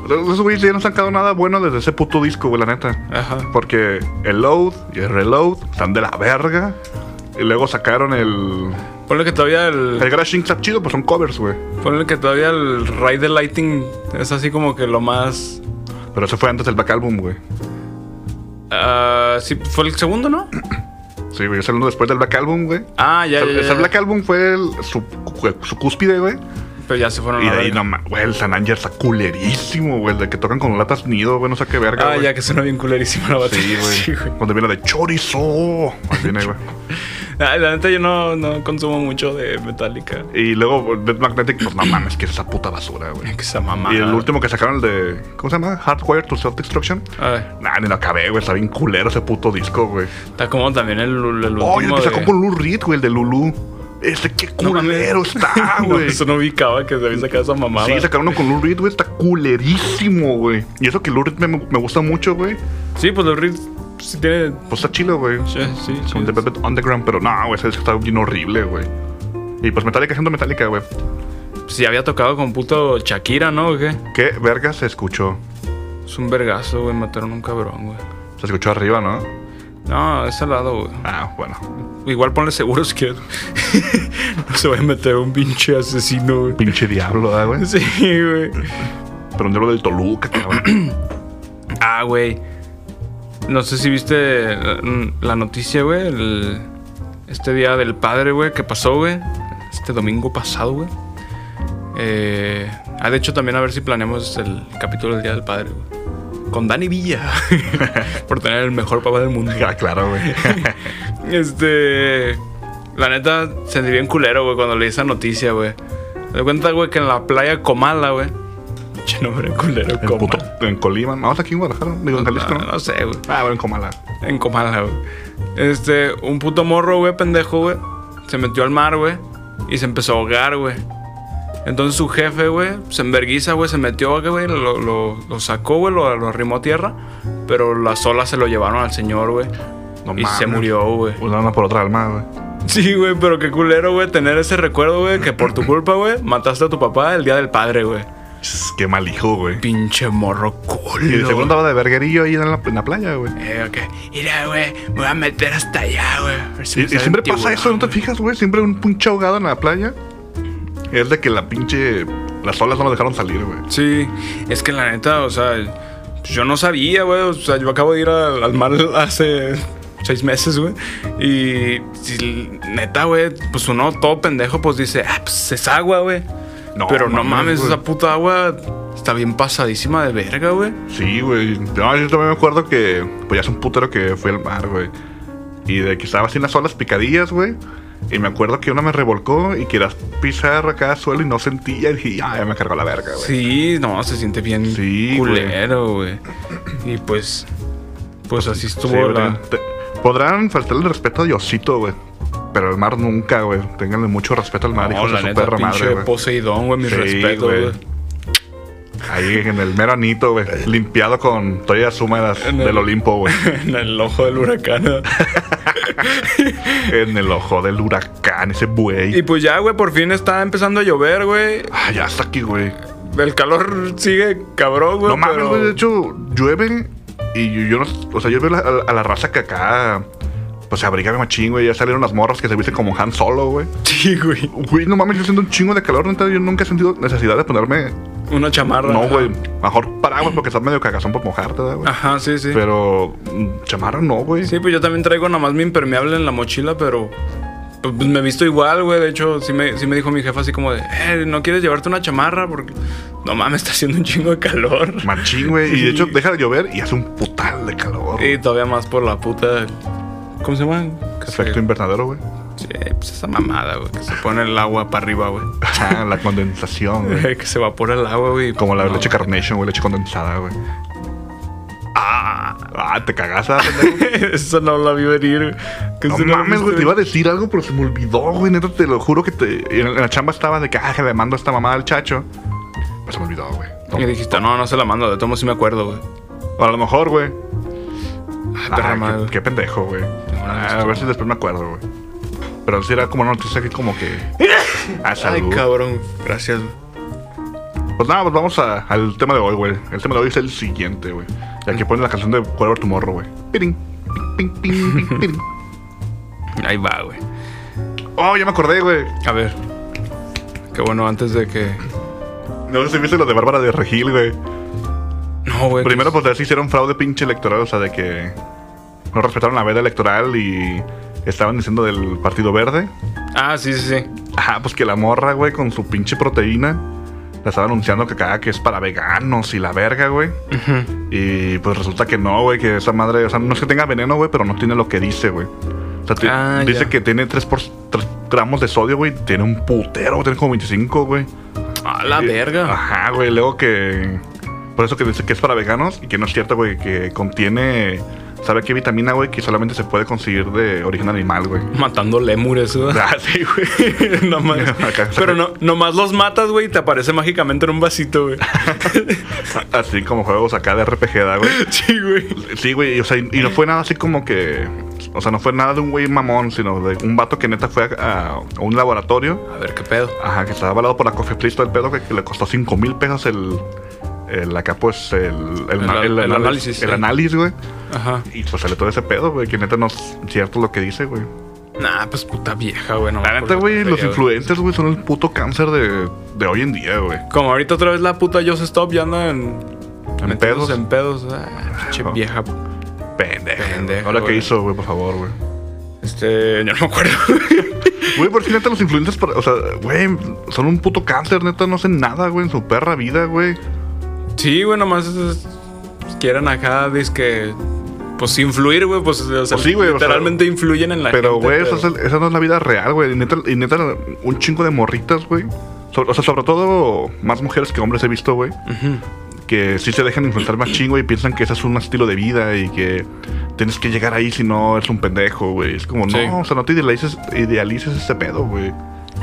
Speaker 5: Esos güeyes ya no han sacado nada bueno desde ese puto disco, güey, la neta.
Speaker 2: Ajá.
Speaker 5: Porque el load y el reload están de la verga. Y luego sacaron el.
Speaker 2: Ponle que todavía el.
Speaker 5: El Grashing está chido, pues son covers, güey.
Speaker 2: Ponle que todavía el Ray de Lighting es así como que lo más.
Speaker 5: Pero eso fue antes del back album, güey.
Speaker 2: ah, sí, fue el segundo, ¿no?
Speaker 5: Sí, güey, es el uno después del back album, güey.
Speaker 2: Ah, ya,
Speaker 5: O sea,
Speaker 2: ya. ya,
Speaker 5: ese
Speaker 2: ya.
Speaker 5: Black Album fue el- su, su cúspide, güey.
Speaker 2: Pero ya se fueron
Speaker 5: Y
Speaker 2: a
Speaker 5: de
Speaker 2: la
Speaker 5: ahí,
Speaker 2: verga.
Speaker 5: no ma- güey, el San Ángel está culerísimo, güey. El de que tocan con latas nido, güey, no sé qué verga.
Speaker 2: Ah,
Speaker 5: güey.
Speaker 2: ya que suena bien culerísima la
Speaker 5: Sí,
Speaker 2: batería.
Speaker 5: güey.
Speaker 2: Sí, güey.
Speaker 5: Cuando viene la de chorizo. Ahí viene, güey.
Speaker 2: Ah, la neta, yo no, no consumo mucho de Metallica.
Speaker 5: Y luego güey, Dead Magnetic, pues no mames, que es esa puta basura, güey.
Speaker 2: Eh, Que esa mamá.
Speaker 5: Y el último que sacaron, el de. ¿Cómo se llama? Hardware to Self-Destruction.
Speaker 2: A ver,
Speaker 5: Nah, ni lo acabé, güey. Está bien culero ese puto disco, güey.
Speaker 2: Ah, está como también el, el último.
Speaker 5: Oh, y el que sacó
Speaker 2: de-
Speaker 5: con Lou Reed, güey, el de Lulu. Ese qué
Speaker 2: No mames.
Speaker 5: culero está,
Speaker 2: No,
Speaker 5: güey.
Speaker 2: eso no ubicaba que se había sacado esa mamada.
Speaker 5: Sí, sacaron uno con Lou Reed, güey. Está culerísimo, güey. Y eso que Lou Reed me, me gusta mucho, güey.
Speaker 2: Sí, pues los Reed sí tiene.
Speaker 5: Pues está chido, güey.
Speaker 2: Sí, sí.
Speaker 5: Son de Velvet Underground, pero no, güey, ese disco está bien horrible, güey. Y pues Metallica siendo Metallica, güey.
Speaker 2: Sí, había tocado con puto Shakira, ¿no? ¿O qué?
Speaker 5: ¿Qué verga se escuchó?
Speaker 2: Es un vergazo, güey. Mataron a un cabrón, güey.
Speaker 5: Se escuchó arriba, ¿no?
Speaker 2: No, es al lado, güey.
Speaker 5: Ah, bueno.
Speaker 2: Igual ponle seguro si quieres. no se va a meter un pinche asesino, güey.
Speaker 5: Pinche diablo, ¿ah, güey?
Speaker 2: Sí, ¿eh, güey.
Speaker 5: Pero un diablo del Toluca, cabrón.
Speaker 2: Ah, güey. No sé si viste la, la noticia, güey. el- este día del padre, güey, que pasó, güey. Este domingo pasado, güey. Eh, ah, de hecho, también a ver si planeamos el capítulo del Día del Padre, güey. Con Dani Villa. Por tener el mejor papá del mundo.
Speaker 5: ah, claro, güey.
Speaker 2: Este. La neta, sentí bien culero, güey, cuando leí esa noticia, güey. Me doy cuenta, güey, que en la playa Comala, güey. Che, nombre culero,
Speaker 5: En, puto,
Speaker 2: Comala.
Speaker 5: en Colima. No, está aquí en Guadalajara. Digo, en Jalisco,
Speaker 2: No,
Speaker 5: ¿no?
Speaker 2: no sé, güey.
Speaker 5: Ah, bueno, en Comala.
Speaker 2: En Comala, güey. Este, un puto morro, güey, pendejo, güey. Se metió al mar, güey. Y se empezó a ahogar, güey. Entonces su jefe, güey, se enverguiza, güey, se metió, güey, lo, lo, lo sacó, güey, lo, lo arrimó a tierra. Pero las olas se lo llevaron al señor, güey.
Speaker 5: No
Speaker 2: y se
Speaker 5: mames.
Speaker 2: murió, güey.
Speaker 5: Una una por otra alma, güey.
Speaker 2: Sí, güey, pero qué culero, güey, tener ese recuerdo, güey, que por tu culpa, güey, mataste a tu papá el día del padre, güey.
Speaker 5: Ss, Qué mal hijo, güey.
Speaker 2: Pinche morro
Speaker 5: Y el
Speaker 2: culo.
Speaker 5: segundo andaba de verguerillo ahí en la, en la playa, güey.
Speaker 2: Eh, ok. Mira, güey, me voy a meter hasta allá, güey. a ver si
Speaker 5: Y,
Speaker 2: me
Speaker 5: y
Speaker 2: sale
Speaker 5: siempre
Speaker 2: un
Speaker 5: pasa
Speaker 2: tiburón.
Speaker 5: eso, ¿no te fijas, güey? Siempre un pinche ahogado en la playa. Es de que la pinche. Las olas no lo dejaron salir, güey.
Speaker 2: Sí, es que la neta, o sea, pues yo no sabía, güey. O sea, yo acabo de ir al, al mar hace seis meses, güey. Y si- neta, güey, pues uno todo pendejo, pues dice, ah, pues es agua, güey.
Speaker 5: No
Speaker 2: Pero no
Speaker 5: mames,
Speaker 2: mames,
Speaker 5: güey.
Speaker 2: esa puta agua está bien pasadísima de verga, güey.
Speaker 5: Sí, güey. No, yo también me acuerdo que. Pues ya es un putero que fue al mar, güey. Y de que estaba así en las olas picadillas, güey. Y me acuerdo que una me revolcó y querías pisar acá al suelo y no sentía. Y dije, ah, ya me cargó la verga, güey.
Speaker 2: Sí, no, se siente bien
Speaker 5: Sí, güey.
Speaker 2: culero, güey. Y pues, pues así
Speaker 5: Sí,
Speaker 2: estuvo
Speaker 5: güey,
Speaker 2: la-
Speaker 5: tengan- te- Podrán faltarle el respeto a Diosito, güey. Pero al mar nunca, güey. Ténganle mucho respeto al mar,
Speaker 2: No,
Speaker 5: hijos
Speaker 2: la
Speaker 5: de su
Speaker 2: neta,
Speaker 5: perra madre,
Speaker 2: pinche
Speaker 5: güey.
Speaker 2: Poseidón, güey, mi
Speaker 5: Sí,
Speaker 2: respeto,
Speaker 5: güey.
Speaker 2: güey.
Speaker 5: Ahí en el mero anito, güey. Limpiado con toallas húmedas
Speaker 2: En el-
Speaker 5: del Olimpo, güey.
Speaker 2: En el ojo del huracán. ¿no?
Speaker 5: En el ojo del huracán, ese
Speaker 2: y
Speaker 5: buey.
Speaker 2: pues ya, güey, por fin está empezando a llover, güey.
Speaker 5: Ah, ya está aquí, güey.
Speaker 2: El calor sigue cabrón, güey.
Speaker 5: No mames,
Speaker 2: pero-
Speaker 5: güey. De hecho, llueve y yo, yo no. O sea, yo veo la- a, a la raza que acá. Pues se abriga bien machín, güey. Ya salieron las morras que se visten como Han Solo, güey.
Speaker 2: Sí, güey.
Speaker 5: Güey, no mames, yo siento un chingo de calor. neta, Yo nunca he sentido necesidad de ponerme.
Speaker 2: Una chamarra.
Speaker 5: No, güey. Mejor paraguas porque estás medio cagazón por mojarte, ¿verdad, güey.
Speaker 2: Ajá, Ah, sí, sí.
Speaker 5: Pero. mm, Chamarra no, güey.
Speaker 2: Sí, pues yo también traigo nada más mi impermeable en la mochila, pero pues, pues, me visto igual, güey. De hecho, sí me, sí me dijo mi jefa así como de, eh, ¿no quieres llevarte una chamarra? Porque, no mames, está haciendo un chingo de calor.
Speaker 5: Machín, güey. Y
Speaker 2: Sí.
Speaker 5: de hecho, deja de llover y hace un putal de calor.
Speaker 2: Y todavía más por la puta... ¿Cómo se llama? Que se-
Speaker 5: Efecto invernadero, güey.
Speaker 2: Sí, pues esa mamada, güey. Que se pone el agua para arriba, güey.
Speaker 5: Ah, la condensación, güey.
Speaker 2: que se evapora el agua, güey. pues,
Speaker 5: Como la
Speaker 2: No,
Speaker 5: leche carnation, güey, leche condensada, güey. Ah, ah, te cagas, ah, pendejo.
Speaker 2: Eso no la vi venir. güey. Que
Speaker 5: No
Speaker 2: se la
Speaker 5: mames,
Speaker 2: viste
Speaker 5: güey, te
Speaker 2: venir.
Speaker 5: iba a decir algo, pero se me olvidó, güey. Neta, te lo juro que te, en, en la chamba estaba de que, ah, que le mando esta mamada al chacho. Pero se me olvidó, güey.
Speaker 2: Y dijiste, no, no se la mando. De tomo sí me acuerdo, güey.
Speaker 5: O a lo mejor, güey.
Speaker 2: perra
Speaker 5: Ah,
Speaker 2: madre.
Speaker 5: qué, qué pendejo, güey. Ah, a ver si después me acuerdo, güey. Pero sí era como una noticia que como que... Ah, salud.
Speaker 2: cabrón. Gracias, güey.
Speaker 5: Pues nada, pues vamos a- al tema de hoy, güey. El tema de hoy es el siguiente, güey. Y aquí ponen la canción de Whatever Tomorrow, güey. Piring, ping, ping, ping, piring.
Speaker 2: Ahí va, güey.
Speaker 5: Oh, ya me acordé, güey.
Speaker 2: A ver. Qué bueno, antes de que.
Speaker 5: No sé si viste lo de Bárbara de Regil, güey.
Speaker 2: No, güey.
Speaker 5: Primero, pues así hicieron fraude pinche electoral, o sea, de que no respetaron la veda electoral y estaban diciendo del Partido Verde.
Speaker 2: Ah, sí, sí, sí.
Speaker 5: Ajá, pues que la morra, güey, con su pinche proteína. La estaba anunciando que cada que es para veganos y la verga, güey. Y pues resulta que no, güey, que esa madre, o sea, no es que tenga veneno, güey, pero no tiene lo que dice, güey. O sea, ti-
Speaker 2: Ah,
Speaker 5: dice
Speaker 2: ya.
Speaker 5: que tiene 3, gramos de sodio, güey. Tiene un putero, tiene como 25, güey.
Speaker 2: A la
Speaker 5: Eh,
Speaker 2: Ah, verga.
Speaker 5: Ajá, güey, luego que... Por eso que dice que es para veganos y que no es cierto, güey, que contiene... ¿Sabe qué vitamina, güey? Que solamente se puede conseguir de origen animal, güey.
Speaker 2: Matando lémures, güey.
Speaker 5: Ah, sí, güey.
Speaker 2: no mames.
Speaker 5: Acá-
Speaker 2: Pero no, nomás los matas, güey, y te aparece mágicamente en un vasito, güey.
Speaker 5: Así como juegos acá de RPG, ¿da, güey.
Speaker 2: sí, güey.
Speaker 5: Sí, güey, y, o sea, y y no fue nada así como que... O sea, no fue nada de un güey mamón, sino de un vato que neta fue a, a un laboratorio.
Speaker 2: A ver qué pedo.
Speaker 5: Ajá, que estaba avalado por la Cofepris todo el pedo, que, que le costó 5 mil pesos el... El acá, pues, el... El,
Speaker 2: El- el análisis,
Speaker 5: El
Speaker 2: sí.
Speaker 5: análisis, güey.
Speaker 2: Ajá.
Speaker 5: Y pues sale todo ese pedo, güey, que neta no es cierto lo que dice, güey.
Speaker 2: Nah, pues puta vieja, güey. no
Speaker 5: La
Speaker 2: mames,
Speaker 5: neta,
Speaker 2: por
Speaker 5: güey,
Speaker 2: qué
Speaker 5: los
Speaker 2: feria,
Speaker 5: influencers, güey, son el puto cáncer de, de hoy en día, güey.
Speaker 2: Como ahorita otra vez la puta Just Stop ya anda en.
Speaker 5: En
Speaker 2: metiéndose
Speaker 5: pedos.
Speaker 2: En pedos. Ah, pinche
Speaker 5: Ajá.
Speaker 2: vieja.
Speaker 5: Pendejo.
Speaker 2: Pendejo,
Speaker 5: Ahora, ¿qué
Speaker 2: güey.
Speaker 5: hizo, güey, por favor, güey?
Speaker 2: Este. Yo no me acuerdo.
Speaker 5: Güey, por si neta los influencers, para- o sea, güey, son un puto cáncer, neta, no hacen nada, güey, en su perra vida, güey.
Speaker 2: Sí, güey, nomás es- quieren acá, que pues influir, güey, pues, o sea,
Speaker 5: Pues sí, güey, o
Speaker 2: literalmente influyen en la
Speaker 5: Pero,
Speaker 2: gente.
Speaker 5: güey, esa, es el- esa no es la vida real, güey. Y neta, y neta, un chingo de morritas, güey. So- o sea, sobre todo, más mujeres que hombres he visto, güey. Que sí se dejan influenciar más chingo y piensan que ese es un estilo de vida y que tienes que llegar ahí si no eres un pendejo, güey. Es como,
Speaker 2: Sí.
Speaker 5: no, o sea, no te idealices, idealices este pedo, güey.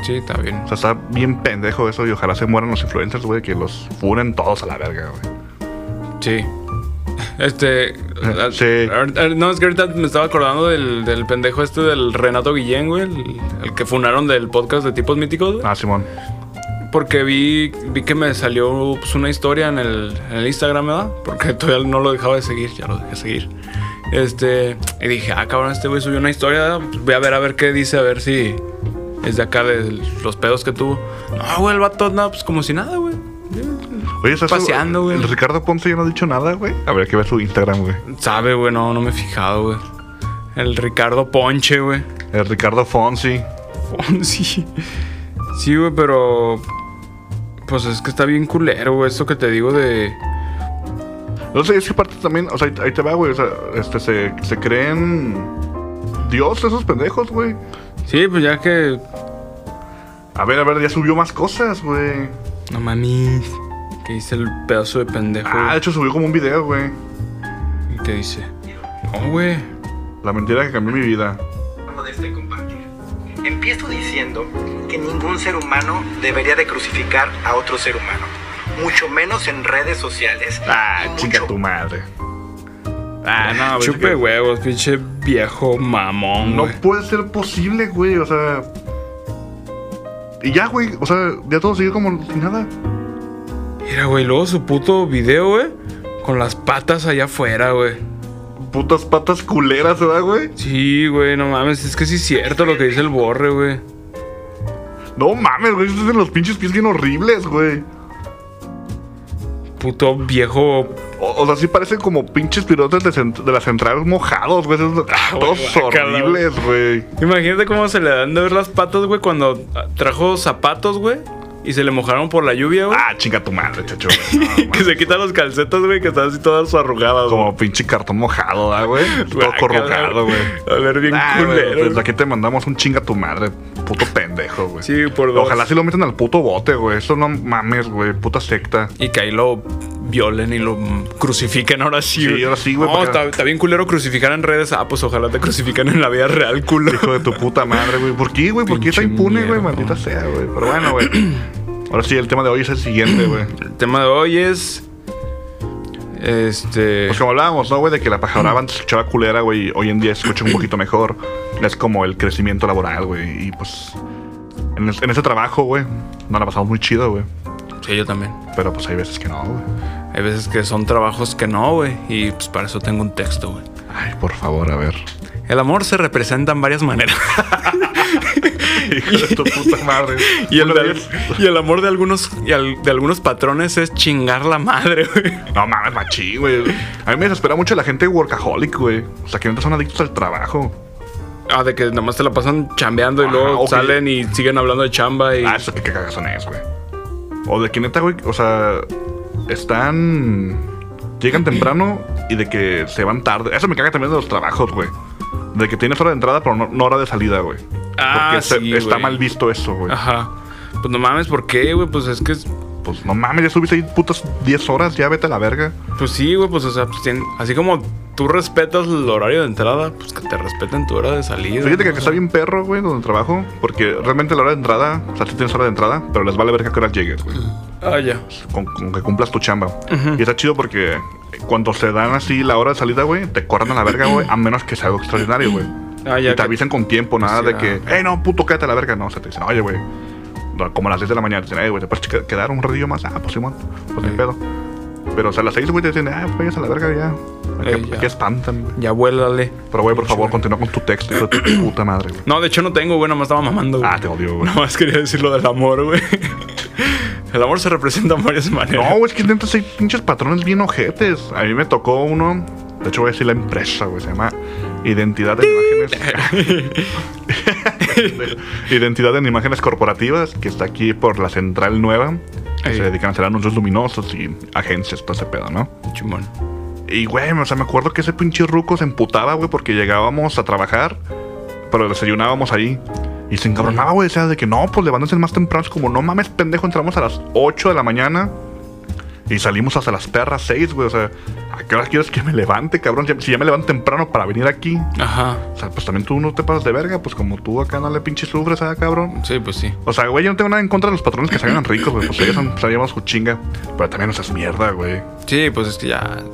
Speaker 2: Sí, está bien.
Speaker 5: O sea, está bien pendejo eso y ojalá se mueran los influencers, güey, que los funen todos a la verga, güey.
Speaker 2: Sí. Este. a-
Speaker 5: Eh, Sí.
Speaker 2: ahor- ahor- No, es que ahorita me estaba acordando del, del pendejo este del Renato Guillén, güey. El, el que funaron del podcast de tipos míticos, güey.
Speaker 5: Ah, Simón.
Speaker 2: Porque vi, vi que me salió pues, una historia en el, en el Instagram, ¿verdad? Porque todavía no lo dejaba de seguir, ya lo dejé seguir. Este, y dije, ah, cabrón, este güey subió una historia, pues, voy a ver a ver qué dice, a ver si es de acá de los pedos que tuvo. No, güey, el vato nada, pues como si nada, güey.
Speaker 5: Oye, ¿sabes?
Speaker 2: Paseando, güey.
Speaker 5: El Ricardo Ponce ya no ha dicho nada, güey. A ver, que ver su Instagram, güey.
Speaker 2: Sabe, güey, no, no me he fijado, güey. El Ricardo Ponche, güey. Oh,
Speaker 5: El Ricardo Fonsi.
Speaker 2: Sí. Sí, güey, pero. Pues es que está bien culero, güey, esto que te digo de.
Speaker 5: No sé, es que parte también, o sea, ahí- ahí te va, güey. O sea, este, se, se creen Dios esos pendejos, güey.
Speaker 2: Sí, pues ya que
Speaker 5: A ver, a ver, ya subió más cosas, güey.
Speaker 2: No mami. ¿Qué dice el pedazo de pendejo?
Speaker 5: Ah, de hecho subió como un video, güey.
Speaker 2: güey? ¿Qué dice? No, güey.
Speaker 5: La mentira que cambió mi vida.
Speaker 6: de este compartir. Empiezo diciendo que ningún ser humano debería de crucificar a otro ser humano. mucho menos en redes sociales. y
Speaker 5: Ah,
Speaker 6: mucho
Speaker 5: chica tu madre. Ah, no, güey.
Speaker 2: Chupe
Speaker 5: que-
Speaker 2: huevos, pinche viejo mamón,
Speaker 5: No
Speaker 2: güey.
Speaker 5: puede ser posible, güey. O sea. Y ya, güey. O sea, ya todo sigue como si nada.
Speaker 2: Mira, güey, luego su puto video, güey. Con las patas allá afuera, güey.
Speaker 5: Putas patas culeras, ¿verdad, güey?
Speaker 2: Sí, güey, no mames. Es que sí es cierto lo que dice el borre, güey.
Speaker 5: No mames, güey. Esos son los pinches pies bien horribles, güey.
Speaker 2: Puto viejo.
Speaker 5: O, o sea, sí parecen como pinches pirotes de, cent- de las centrales mojados, güey. Esos-
Speaker 2: Ah,
Speaker 5: todos
Speaker 2: güey, guácala,
Speaker 5: horribles, güey.
Speaker 2: Imagínate cómo se le dan de ver las patas, güey, cuando ah, trajo zapatos, güey. Y se le mojaron por la lluvia, güey.
Speaker 5: Ah, chinga tu madre, chacho. güey. No,
Speaker 2: que se quitan los calcetas, güey, que están así todas arrugadas, güey.
Speaker 5: Como pinche cartón mojado, ¿verdad, güey? Todo
Speaker 2: Guácala,
Speaker 5: corrugado, güey.
Speaker 2: A ver, bien
Speaker 5: Ah, güey,
Speaker 2: culero.
Speaker 5: pues
Speaker 2: güey.
Speaker 5: aquí te mandamos un chinga tu madre, puto pendejo, güey.
Speaker 2: Sí, por dos.
Speaker 5: Ojalá sí lo metan al puto bote, güey. Eso no mames, güey. Puta secta.
Speaker 2: Y que ahí lo violen y lo mm, crucifiquen ahora sí.
Speaker 5: Sí, ahora sí, güey,
Speaker 2: No,
Speaker 5: porque-
Speaker 2: está, está bien culero crucificar en redes. Ah, pues ojalá te crucifican en la vida real, culo.
Speaker 5: Hijo de tu puta madre, güey. ¿Por qué, güey? ¿Por qué está
Speaker 2: Pinche
Speaker 5: impune, güey?
Speaker 2: mierda.
Speaker 5: Maldita sea, güey. Pero bueno, güey. Ahora sí, el tema de hoy es el siguiente, güey.
Speaker 2: El tema de hoy es. Este.
Speaker 5: Pues como hablábamos, ¿no, güey? De que la pajaraba antes escuchaba culera, güey. y Hoy en día se escucha un poquito mejor. Es como el crecimiento laboral, güey. Y pues. En, es- en ese trabajo, güey. No la pasamos muy chido, güey.
Speaker 2: Sí, yo también.
Speaker 5: Pero pues hay veces que no, güey.
Speaker 2: Hay veces que son trabajos que no, güey. Y pues para eso tengo un texto, güey.
Speaker 5: Ay, por favor, a ver.
Speaker 2: El amor se representa en varias maneras.
Speaker 5: Hijo de tu puta madre.
Speaker 2: Y el,
Speaker 5: Otra
Speaker 2: de-
Speaker 5: vez.
Speaker 2: y el amor de algunos, y al- de algunos patrones es chingar la madre, güey.
Speaker 5: No mames, machí, güey. A mí me desespera mucho la gente workaholic, güey. O sea, que neta son adictos al trabajo.
Speaker 2: Ah, de que nomás te la pasan chambeando y
Speaker 5: Ajá,
Speaker 2: luego
Speaker 5: ok.
Speaker 2: salen y siguen hablando de chamba y.
Speaker 5: Ah, eso que qué cagazón es, güey. O de que neta, güey, o sea, están. Llegan temprano y de que se van tarde. Eso me caga también de los trabajos, güey. De que tienes hora de entrada, pero no, no hora de salida, güey.
Speaker 2: Ah,
Speaker 5: Porque se-
Speaker 2: sí,
Speaker 5: está
Speaker 2: güey.
Speaker 5: mal visto eso, güey.
Speaker 2: Ajá. Pues no mames, ¿por qué, güey? Pues es que. es-
Speaker 5: Pues no mames, ya subiste ahí putas 10 horas, ya vete a la verga.
Speaker 2: Pues sí, güey, pues o sea, pues, tien- así como tú respetas el horario de entrada, pues que te respeten tu hora de salida.
Speaker 5: Pues Fíjate que,
Speaker 2: ¿no?
Speaker 5: que está bien perro, güey, donde trabajo. Porque realmente la hora de entrada, o sea, sí tienes hora de entrada, pero les vale verga que hora llegues, güey.
Speaker 2: Ah, ya.
Speaker 5: con, con que cumplas tu chamba. Y está chido porque cuando se dan así la hora de salida, güey, te cortan a la verga, güey, a menos que sea algo extraordinario, güey.
Speaker 2: Ah,
Speaker 5: Y
Speaker 2: ya.
Speaker 5: te
Speaker 2: que-
Speaker 5: avisan con tiempo, nada
Speaker 2: Pues
Speaker 5: de
Speaker 2: sí,
Speaker 5: que, hey, no, puto, quédate a la verga. No, o sea, te dicen, oye, güey, no, como a las 10 de la mañana, te dicen, hey, güey, te puedes que- quedar un ratillo más. Ah, pues Simón, pues
Speaker 2: Ey.
Speaker 5: ni pedo. Pero, o sea, a las 6, güey, te dicen, ah, pues vayas a la verga ya.
Speaker 2: Ey,
Speaker 5: Aquí,
Speaker 2: ya.
Speaker 5: aquí espantan, güey.
Speaker 2: Ya vuélale.
Speaker 5: Pero, güey, por favor, continúa con tu texto, hijo de tu puta madre, güey.
Speaker 2: No, de hecho no tengo, güey, nomás estaba mamando, güey.
Speaker 5: Ah, te odio, güey.
Speaker 2: Nomás quería decir lo del amor, güey. El amor se representa en varias maneras.
Speaker 5: No, es que dentro hay pinches patrones bien ojetes. A mí me tocó uno. De hecho, voy a decir la empresa, güey. Se llama Identidad en Imágenes. Identidad en Imágenes Corporativas, que está aquí por la Central Nueva. que
Speaker 2: Ey.
Speaker 5: se dedican a hacer anuncios luminosos y agencias, todo ese pedo, ¿no?
Speaker 2: Chimón.
Speaker 5: Y, güey, o sea, me acuerdo que ese pinche ruco se emputaba, güey, porque llegábamos a trabajar, pero desayunábamos ahí. Y se encabronaba, güey, o sea, de que no, pues levántense más temprano. Es como, no mames, pendejo, entramos a las 8 de la mañana y salimos hasta las perras 6, güey. O sea, ¿a qué hora quieres que me levante, cabrón? Si ya me levanto temprano para venir aquí.
Speaker 2: Ajá.
Speaker 5: O sea, pues también tú no te pasas de verga, pues como tú acá no le pinches sufres, ¿ah, cabrón?
Speaker 2: Sí, pues sí.
Speaker 5: O sea, güey, yo no tengo nada en contra de los patrones que salgan ricos, güey. Pues ellos han- sabíamos su chinga. Pero también no seas mierda, güey.
Speaker 2: Sí, pues es que ya.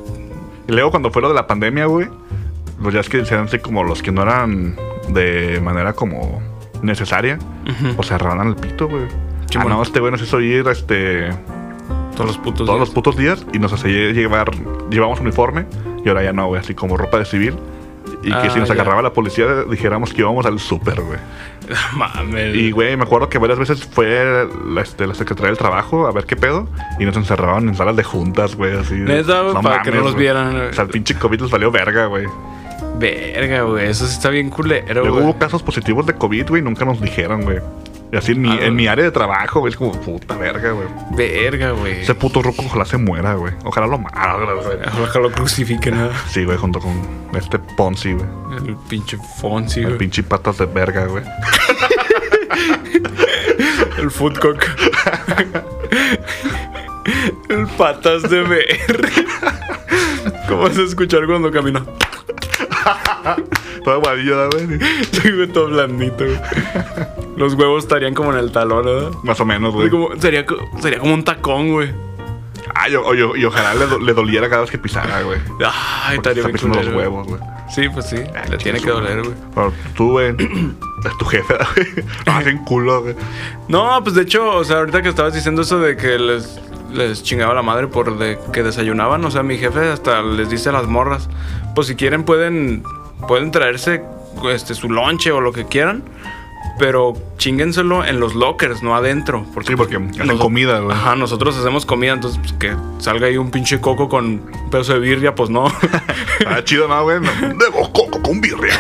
Speaker 5: Y luego cuando fue lo de la pandemia, güey, pues ya es que decían así como los que no eran de manera como necesaria, pues se arraban el pito, güey.
Speaker 2: Sí,
Speaker 5: ah,
Speaker 2: bueno.
Speaker 5: no, este güey nos hizo ir este,
Speaker 2: Todos los putos.
Speaker 5: todos los
Speaker 2: días.
Speaker 5: putos días y nos hacía llevar, llevamos uniforme y ahora ya no, güey, así como ropa de civil. Y que
Speaker 2: Ah,
Speaker 5: si nos
Speaker 2: ya.
Speaker 5: agarraba la policía dijéramos que íbamos al súper, güey.
Speaker 2: Mames.
Speaker 5: Y, güey, me acuerdo que varias veces fue la, este, la Secretaría del Trabajo a ver qué pedo y nos encerraban en salas de juntas, güey, así.
Speaker 2: Neta, güey, para que no los
Speaker 5: güey.
Speaker 2: vieran, güey.
Speaker 5: O sea, el pinche COVID les valió verga, güey.
Speaker 2: Verga, güey. Eso sí está bien culero,
Speaker 5: Luego
Speaker 2: güey.
Speaker 5: hubo casos positivos de COVID, güey, y nunca nos dijeron, güey. Y así en mi,
Speaker 2: Ah, güey.
Speaker 5: en mi área de trabajo, güey, es como puta verga, güey.
Speaker 2: Verga, güey.
Speaker 5: Ese puto roco ojalá se muera, güey. Ojalá lo mara, güey.
Speaker 2: Ojalá lo crucifiquen, ¿no?
Speaker 5: Sí, güey, junto con este Ponzi, güey.
Speaker 2: El pinche Fonsi,
Speaker 5: El
Speaker 2: güey.
Speaker 5: pinche patas de verga, güey.
Speaker 2: El Foodcock. El patas de ver. ¿Cómo vas a escuchar cuando camino?
Speaker 5: Todo amarillo, güey.
Speaker 2: Sí, güey, todo blandito, güey. Los huevos estarían como en el talón, ¿verdad?
Speaker 5: Más o menos,
Speaker 2: Así
Speaker 5: güey.
Speaker 2: como- sería, co- sería como un tacón, güey.
Speaker 5: Ay, o- o- y ojalá le, do- le doliera cada vez que pisara, güey.
Speaker 2: Ay, estaría
Speaker 5: Porque está
Speaker 2: bien
Speaker 5: pisando los
Speaker 2: culero, güey.
Speaker 5: huevos, güey.
Speaker 2: Sí, pues sí.
Speaker 5: Ah,
Speaker 2: le tiene
Speaker 5: chinga
Speaker 2: que
Speaker 5: su madre.
Speaker 2: doler, güey.
Speaker 5: Pero tú, güey, es tu jefe, güey. Lo hacen culo, güey.
Speaker 2: No, pues de hecho, o sea, ahorita que estabas diciendo eso de que les, les chingaba la madre por de que desayunaban, o sea, mi jefe hasta les dice a las morras, pues si quieren pueden, pueden traerse este, su lonche o lo que quieran, pero chingénselo en los lockers, no adentro.
Speaker 5: Sí, porque hacen
Speaker 2: noso-
Speaker 5: comida, güey.
Speaker 2: Ajá, nosotros hacemos comida, entonces pues, que salga ahí un pinche coco con un pedazo de birria, pues no.
Speaker 5: Ah, chido, ¿no, güey? Debo coco con birria.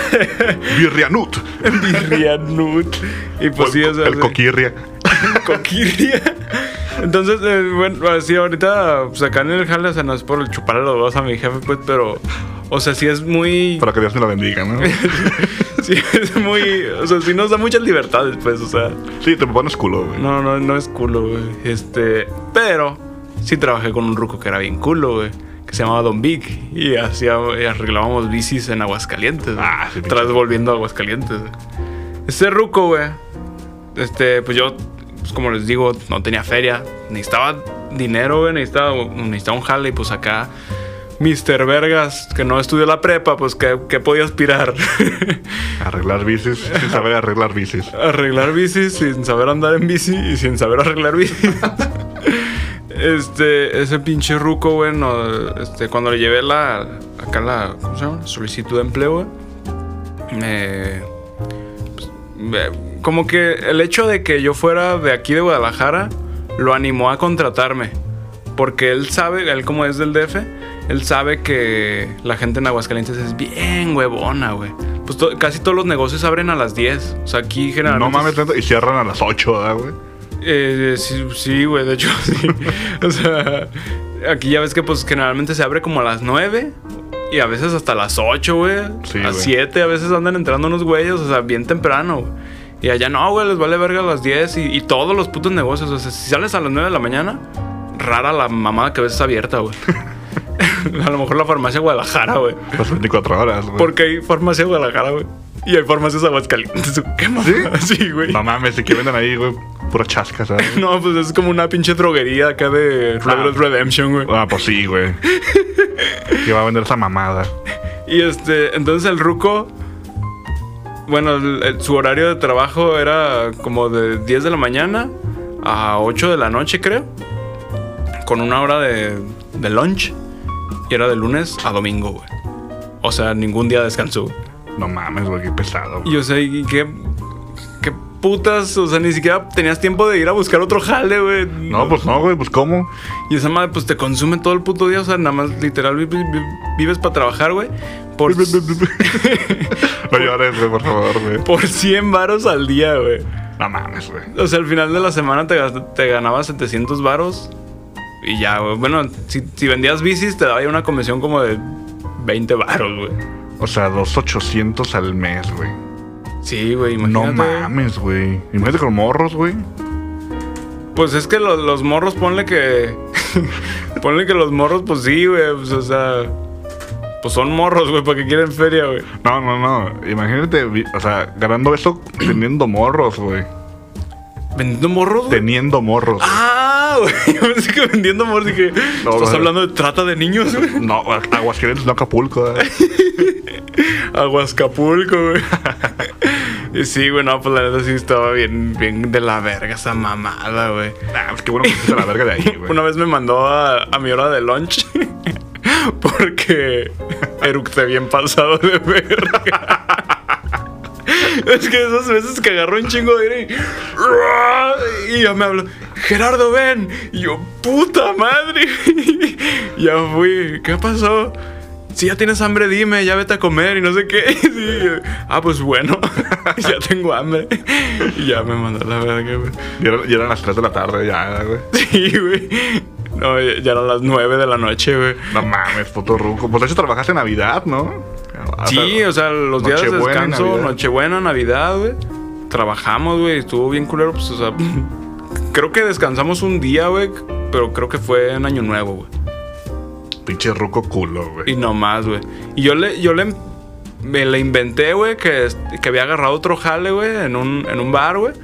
Speaker 5: Birrianut.
Speaker 2: birria nut. Y
Speaker 5: O
Speaker 2: pues sí,
Speaker 5: el,
Speaker 2: o sea,
Speaker 5: el
Speaker 2: sí.
Speaker 5: coquirria.
Speaker 2: Coquirria. Entonces, eh, bueno, así ahorita, pues acá en el jale, o sea, no es por chuparle los dos a mi jefe, pues, pero, o sea, sí es muy.
Speaker 5: Para que Dios me la bendiga, ¿no?
Speaker 2: Sí es muy. O sea, sí nos da muchas libertades, pues, o sea,
Speaker 5: Sí, te pones culo, güey.
Speaker 2: no, no, no es culo, güey. Este, pero, sí trabajé con un ruco que era bien culo, güey. Que se llamaba Don Vic y hacía, y arreglábamos bicis en Aguascalientes. güey,
Speaker 5: Ah, sí, pinche.
Speaker 2: tras volviendo a Aguascalientes. güey. Ese ruco, güey. Este, pues yo, pues como les digo, no tenía feria. Necesitaba dinero, güey. Necesitaba, necesitaba un jale. Y pues acá, Mr. Vergas, que no estudió la prepa, pues que, que podía aspirar.
Speaker 5: Arreglar bicis sin saber arreglar bicis.
Speaker 2: arreglar bicis sin saber andar en bici y sin saber arreglar bicis. este, ese pinche ruco, güey, no, este, cuando le llevé la, acá la, ¿cómo se llama? Solicitud de empleo, güey. eh, pues, eh, como que el hecho de que yo fuera de aquí de Guadalajara lo animó a contratarme. Porque él sabe, él como es del DF, él sabe que la gente en Aguascalientes es bien huevona, güey. Pues to- casi todos los negocios abren a las 10. O sea, aquí generalmente...
Speaker 5: No mames
Speaker 2: es-
Speaker 5: tanto. Y cierran a las 8, ¿verdad, güey?
Speaker 2: eh, eh, sí, sí, güey, de hecho, sí. o sea, aquí ya ves que pues generalmente se abre como a las 9 y a veces hasta las 8, güey.
Speaker 5: Sí,
Speaker 2: a
Speaker 5: güey.
Speaker 2: 7 a veces andan entrando unos güeyes, o sea, bien temprano, güey. Y allá no, güey, les vale verga a las 10 y, y todos los putos negocios. O sea, si sales a las 9 de la mañana, rara la mamada que a veces está abierta, güey. a lo mejor la farmacia de Guadalajara, güey.
Speaker 5: Las 24 horas, güey.
Speaker 2: Porque hay farmacia de Guadalajara, güey. Y hay farmacias aguascalientes. ¿Qué mamada? Sí, güey.
Speaker 5: No mames, ¿y qué venden ahí, güey? Pura chasca, ¿sabes?
Speaker 2: No, pues es como una pinche droguería acá de Red
Speaker 5: Ah.
Speaker 2: Dead Redemption, güey.
Speaker 5: Ah, pues sí, güey. Que va a vender esa mamada.
Speaker 2: Y este, entonces el ruco, bueno, el- el- su horario de trabajo era como de 10 de la mañana a 8 de la noche, creo. Con una hora de, de lunch. Y era de lunes a domingo, güey. O sea, ningún día descansó. güey.
Speaker 5: No mames, güey, qué pesado. güey.
Speaker 2: Y o sea, ¿y qué, qué putas? O sea, ni siquiera tenías tiempo de ir a buscar otro jale, güey.
Speaker 5: No, pues no, güey, pues cómo.
Speaker 2: Y esa madre, pues te consume todo el puto día. O sea, nada más literal vi- vi- vi- vives para trabajar, güey. Por,
Speaker 5: No llores, güey, por favor, güey.
Speaker 2: por 100 varos al día, güey.
Speaker 5: No mames, güey.
Speaker 2: O sea, al final de la semana te, gast- te ganabas 700 varos. Y ya, güey. Bueno, si, si vendías bicis, te daba ya una comisión como de 20 varos, güey.
Speaker 5: O sea, dos 800 al mes, güey.
Speaker 2: Sí, güey, imagínate.
Speaker 5: No mames, güey. Imagínate con morros, güey.
Speaker 2: Pues es que los, los morros, ponle que. ponle que los morros, pues sí, güey. Pues, o sea. Pues son morros, güey, porque quieren feria, güey.
Speaker 5: No, no, no. Imagínate, vi- o sea, ganando eso teniendo morros, güey.
Speaker 2: ¿Vendiendo morros, güey?
Speaker 5: Teniendo morros.
Speaker 2: Ah, güey. Yo pensé que vendiendo amor dije,
Speaker 5: No,
Speaker 2: estás
Speaker 5: no.
Speaker 2: hablando de trata de niños, güey.
Speaker 5: No, Aguascalientes, no Acapulco. eh.
Speaker 2: Aguascapulco, güey. Y sí, güey, no, pues la neta sí estaba bien, bien de la verga esa mamada, güey.
Speaker 5: Nah, pues qué bueno que fuiste a la verga de ahí, güey.
Speaker 2: Una vez me mandó a, a mi hora de lunch porque eructé bien pasado de verga. Es que esas veces que agarró un chingo de aire y, y ya me habló, Gerardo, ven. Y yo, puta madre. ya fui, ¿qué pasó? Si ya tienes hambre, dime, ya vete a comer y no sé qué. Y sí, ah, pues bueno, ya tengo hambre. Y ya me mandó a la verga, güey.
Speaker 5: Y eran, y eran las 3 de la tarde ya, güey.
Speaker 2: Sí, güey. No, ya ya eran las 9 de la noche, güey.
Speaker 5: No mames, puto ruco. Pues de hecho trabajaste en Navidad, ¿no?
Speaker 2: Sí, o sea, los días de
Speaker 5: Nochebuena y
Speaker 2: descanso,
Speaker 5: Navidad.
Speaker 2: Nochebuena, Navidad, güey. Trabajamos, güey, estuvo bien culero, pues, o sea, creo que descansamos un día, güey, pero creo que fue en Año Nuevo, güey.
Speaker 5: Pinche ruco culo, güey.
Speaker 2: Y no más, güey. Y yo le, yo le, me le inventé, güey, que, que había agarrado otro jale, güey, en un, en un bar, güey.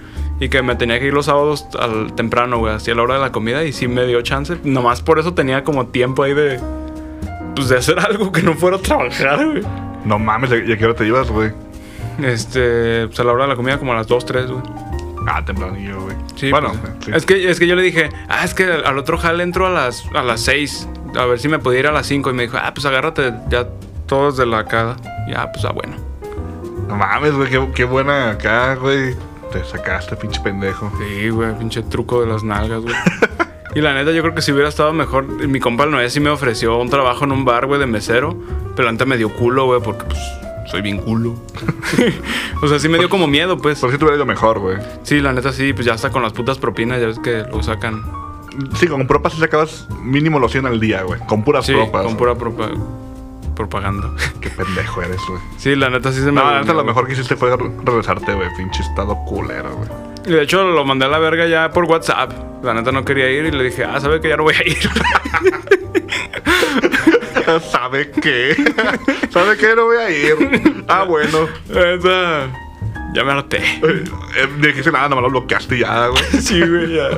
Speaker 2: Y que me tenía que ir los sábados al temprano, güey, así a la hora de la comida. Y sí me dio chance. Nomás por eso tenía como tiempo ahí de. Pues de hacer algo que no fuera trabajar, güey.
Speaker 5: No mames, ¿y a qué hora te ibas, güey?
Speaker 2: Este. Pues a la hora de la comida, como a las 2, 3, güey.
Speaker 5: Ah, tempranillo, güey.
Speaker 2: Sí,
Speaker 5: bueno,
Speaker 2: pues,
Speaker 5: sí.
Speaker 2: es, que, es que yo le dije, ah, es que al al otro jale entro a las, a las 6, a ver si me podía ir a las 5. Y me dijo, ah, pues agárrate ya todos de la cara. Ya, pues ah, bueno.
Speaker 5: No mames, güey, qué, qué buena acá, güey. Te sacaste, pinche pendejo.
Speaker 2: Sí, güey, pinche truco de las nalgas, güey. y la neta, yo creo que si hubiera estado mejor, mi compa el Noé sí me ofreció un trabajo en un bar, güey, de mesero. Pero antes me dio culo, güey, porque pues soy bien culo. o sea, sí me dio como miedo, pues.
Speaker 5: Por si te hubiera ido mejor, güey.
Speaker 2: Sí, la neta, sí, pues ya hasta con las putas propinas, ya ves que lo sacan.
Speaker 5: Sí, con propas sí sacabas mínimo los 100 al día, güey. Con puras
Speaker 2: Sí,
Speaker 5: propas.
Speaker 2: con pura propa- propaganda.
Speaker 5: Qué pendejo eres, güey.
Speaker 2: Sí, la neta sí se me.
Speaker 5: No, la neta,
Speaker 2: durmió,
Speaker 5: lo mejor que hiciste fue re- regresarte, güey. Pinche estado culero, güey.
Speaker 2: güey. Y de hecho lo mandé a la verga ya por WhatsApp. La neta no quería ir y le dije, ah, sabe que ya no voy a ir.
Speaker 5: ¿Sabe qué? ¿Sabe qué? No voy a ir. Ah, bueno.
Speaker 2: Neta, ya me harté.
Speaker 5: Eh, eh, no dijiste nada, nomás lo bloqueaste y ya, güey.
Speaker 2: Sí, güey, ya.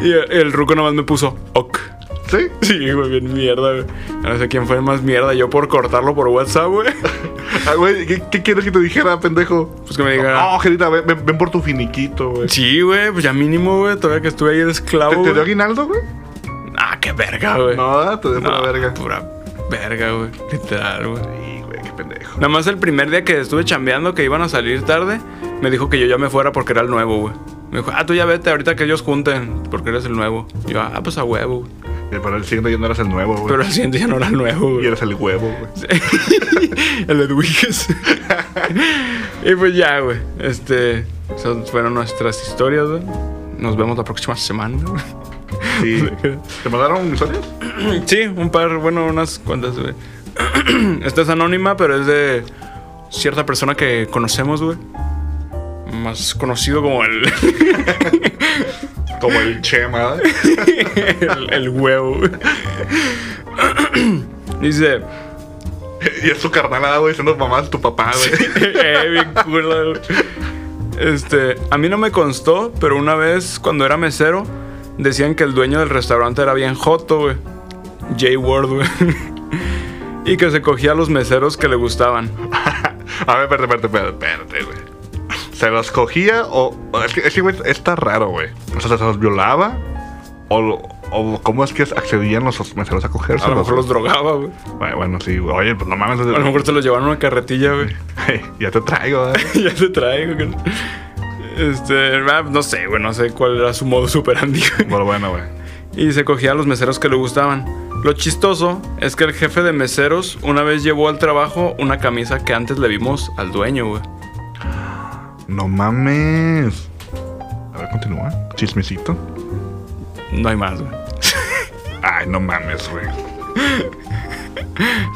Speaker 2: Y el ruco nomás me puso, ok.
Speaker 5: Sí.
Speaker 2: Sí, güey, bien mierda, güey. Ya No sé quién fue el más mierda, yo por cortarlo por WhatsApp, güey.
Speaker 5: Ah, güey, ¿qué, qué quieres que te dijera, pendejo?
Speaker 2: Pues que me
Speaker 5: No,
Speaker 2: diga.
Speaker 5: Gerita, ven, ven- ven por tu finiquito, güey.
Speaker 2: Sí, güey, pues ya mínimo, güey, todavía que estuve ahí de esclavo.
Speaker 5: ¿Te, te
Speaker 2: güey.
Speaker 5: dio aguinaldo, güey?
Speaker 2: Ah, qué verga, güey.
Speaker 5: No, te dio
Speaker 2: No,
Speaker 5: la verga.
Speaker 2: Pura verga, güey. Literal, güey.
Speaker 5: Sí, güey, qué pendejo.
Speaker 2: Nada más el primer día que estuve chambeando, que iban a salir tarde, me dijo que yo ya me fuera porque era el nuevo, güey. Me dijo, ah, tú ya vete ahorita que ellos junten, porque eres el nuevo. Y yo, ah, pues a huevo. güey".
Speaker 5: Eh, Pero el siguiente ya no eras el nuevo, güey.
Speaker 2: Pero el siguiente ya no era el nuevo,
Speaker 5: Y
Speaker 2: güey.
Speaker 5: eres el huevo, güey.
Speaker 2: el Edwiges. y pues ya, güey. Este, esas fueron nuestras historias, güey. Nos vemos la próxima semana. güey.
Speaker 5: Sí. ¿Te mandaron historias?
Speaker 2: Sí, un par, bueno, unas cuantas, güey. Esta es anónima, pero es de cierta persona que conocemos, güey. Más conocido como el,
Speaker 5: Como el Chema. ¿eh?
Speaker 2: el, el huevo. güey. Dice,
Speaker 5: y es su carnalada, güey, diciendo mamás tu papá, güey.
Speaker 2: eh, bien culo, güey. Este, a mí no me constó, pero una vez cuando era mesero, decían que el dueño del restaurante era bien joto, güey. Jay Ward, güey. y que se cogía a los meseros que le gustaban.
Speaker 5: A ver, espérate, espérate, espérate, espérate, güey. ¿Se los cogía o.? o- Es que, es que, güey, está raro, güey. O sea, ¿se los violaba? ¿O, lo- o cómo es que accedían los meseros a cogerse?
Speaker 2: A lo mejor los drogaba, güey.
Speaker 5: Bueno, sí, güey. Oye, pues no mames.
Speaker 2: A lo mejor se los llevaron a una carretilla, güey.
Speaker 5: ya te traigo, ¿eh?
Speaker 2: ya te traigo. güey. Este, ah, no sé, güey, no sé cuál era su modo superandi. güey.
Speaker 5: Bueno, bueno, güey.
Speaker 2: y se cogía a los meseros que le gustaban. Lo chistoso es que el jefe de meseros una vez llevó al trabajo una camisa que antes le vimos al dueño, güey.
Speaker 5: No mames. A ver, continúa. Chismecito.
Speaker 2: No hay más, güey.
Speaker 5: Ay, no mames, güey.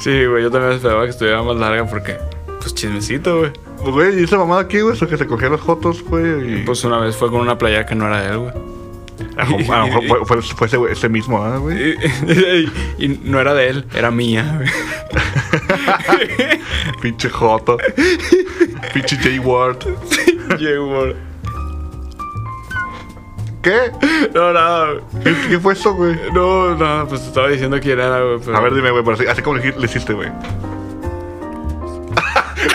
Speaker 2: Sí, güey, yo también esperaba que estuviera más larga porque, pues chismecito, güey.
Speaker 5: Güey, ¿y esa mamada aquí, güey? Eso que se cogía los jotos, güey. Y...
Speaker 2: Pues una vez fue con una playa que no era de él, güey.
Speaker 5: a lo mejor- a lo mejor fue, fue- fue ese, güey- ese mismo, ¿ah, güey?
Speaker 2: Y, y no era de él, era mía, güey.
Speaker 5: Pinche Joto. Pinche J. Ward.
Speaker 2: Llegó.
Speaker 5: ¿Qué?
Speaker 2: No, nada, güey.
Speaker 5: ¿Qué, qué fue eso, güey?
Speaker 2: No, no, pues te estaba diciendo quién era, güey. pero-
Speaker 5: A ver, dime, güey, pero así, así como le, le hiciste, güey.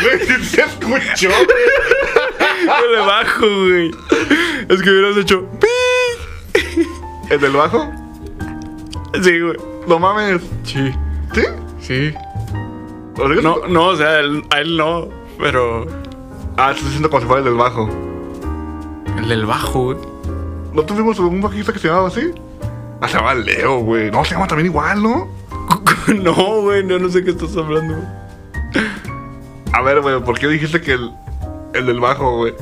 Speaker 5: Güey, sí se escuchó.
Speaker 2: Yo le bajo, güey. Es que hubieras hecho. pi.
Speaker 5: ¿El del bajo?
Speaker 2: Sí, güey.
Speaker 5: No mames.
Speaker 2: Sí,
Speaker 5: ¿Sí?
Speaker 2: sí.
Speaker 5: O sea,
Speaker 2: No, no, o sea, él- a él no, pero.
Speaker 5: Ah, estoy diciendo como si fuera el del bajo.
Speaker 2: El del bajo, güey.
Speaker 5: ¿No tuvimos un bajista que se llamaba así? Ah, se llamaba Leo, güey. No, se llama también igual, ¿no?
Speaker 2: No, güey, no, no sé qué estás hablando. güey.
Speaker 5: A ver, güey, ¿por qué dijiste que el, el del bajo, güey?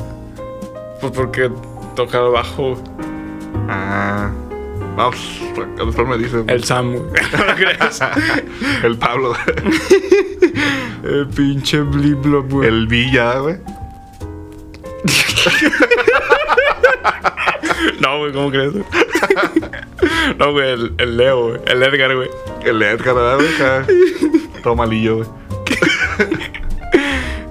Speaker 2: Pues porque toca el bajo. güey.
Speaker 5: Ah. Vamos, después me dices.
Speaker 2: El Sam, güey. ¿No lo crees?
Speaker 5: el Pablo,
Speaker 2: El pinche bliblob, güey.
Speaker 5: el Villa, güey.
Speaker 2: No, güey, ¿cómo crees? güey? no, güey, el, el Leo, güey. El Edgar, güey.
Speaker 5: El Edgar, ¿verdad, güey? Acá, Todo malillo, güey.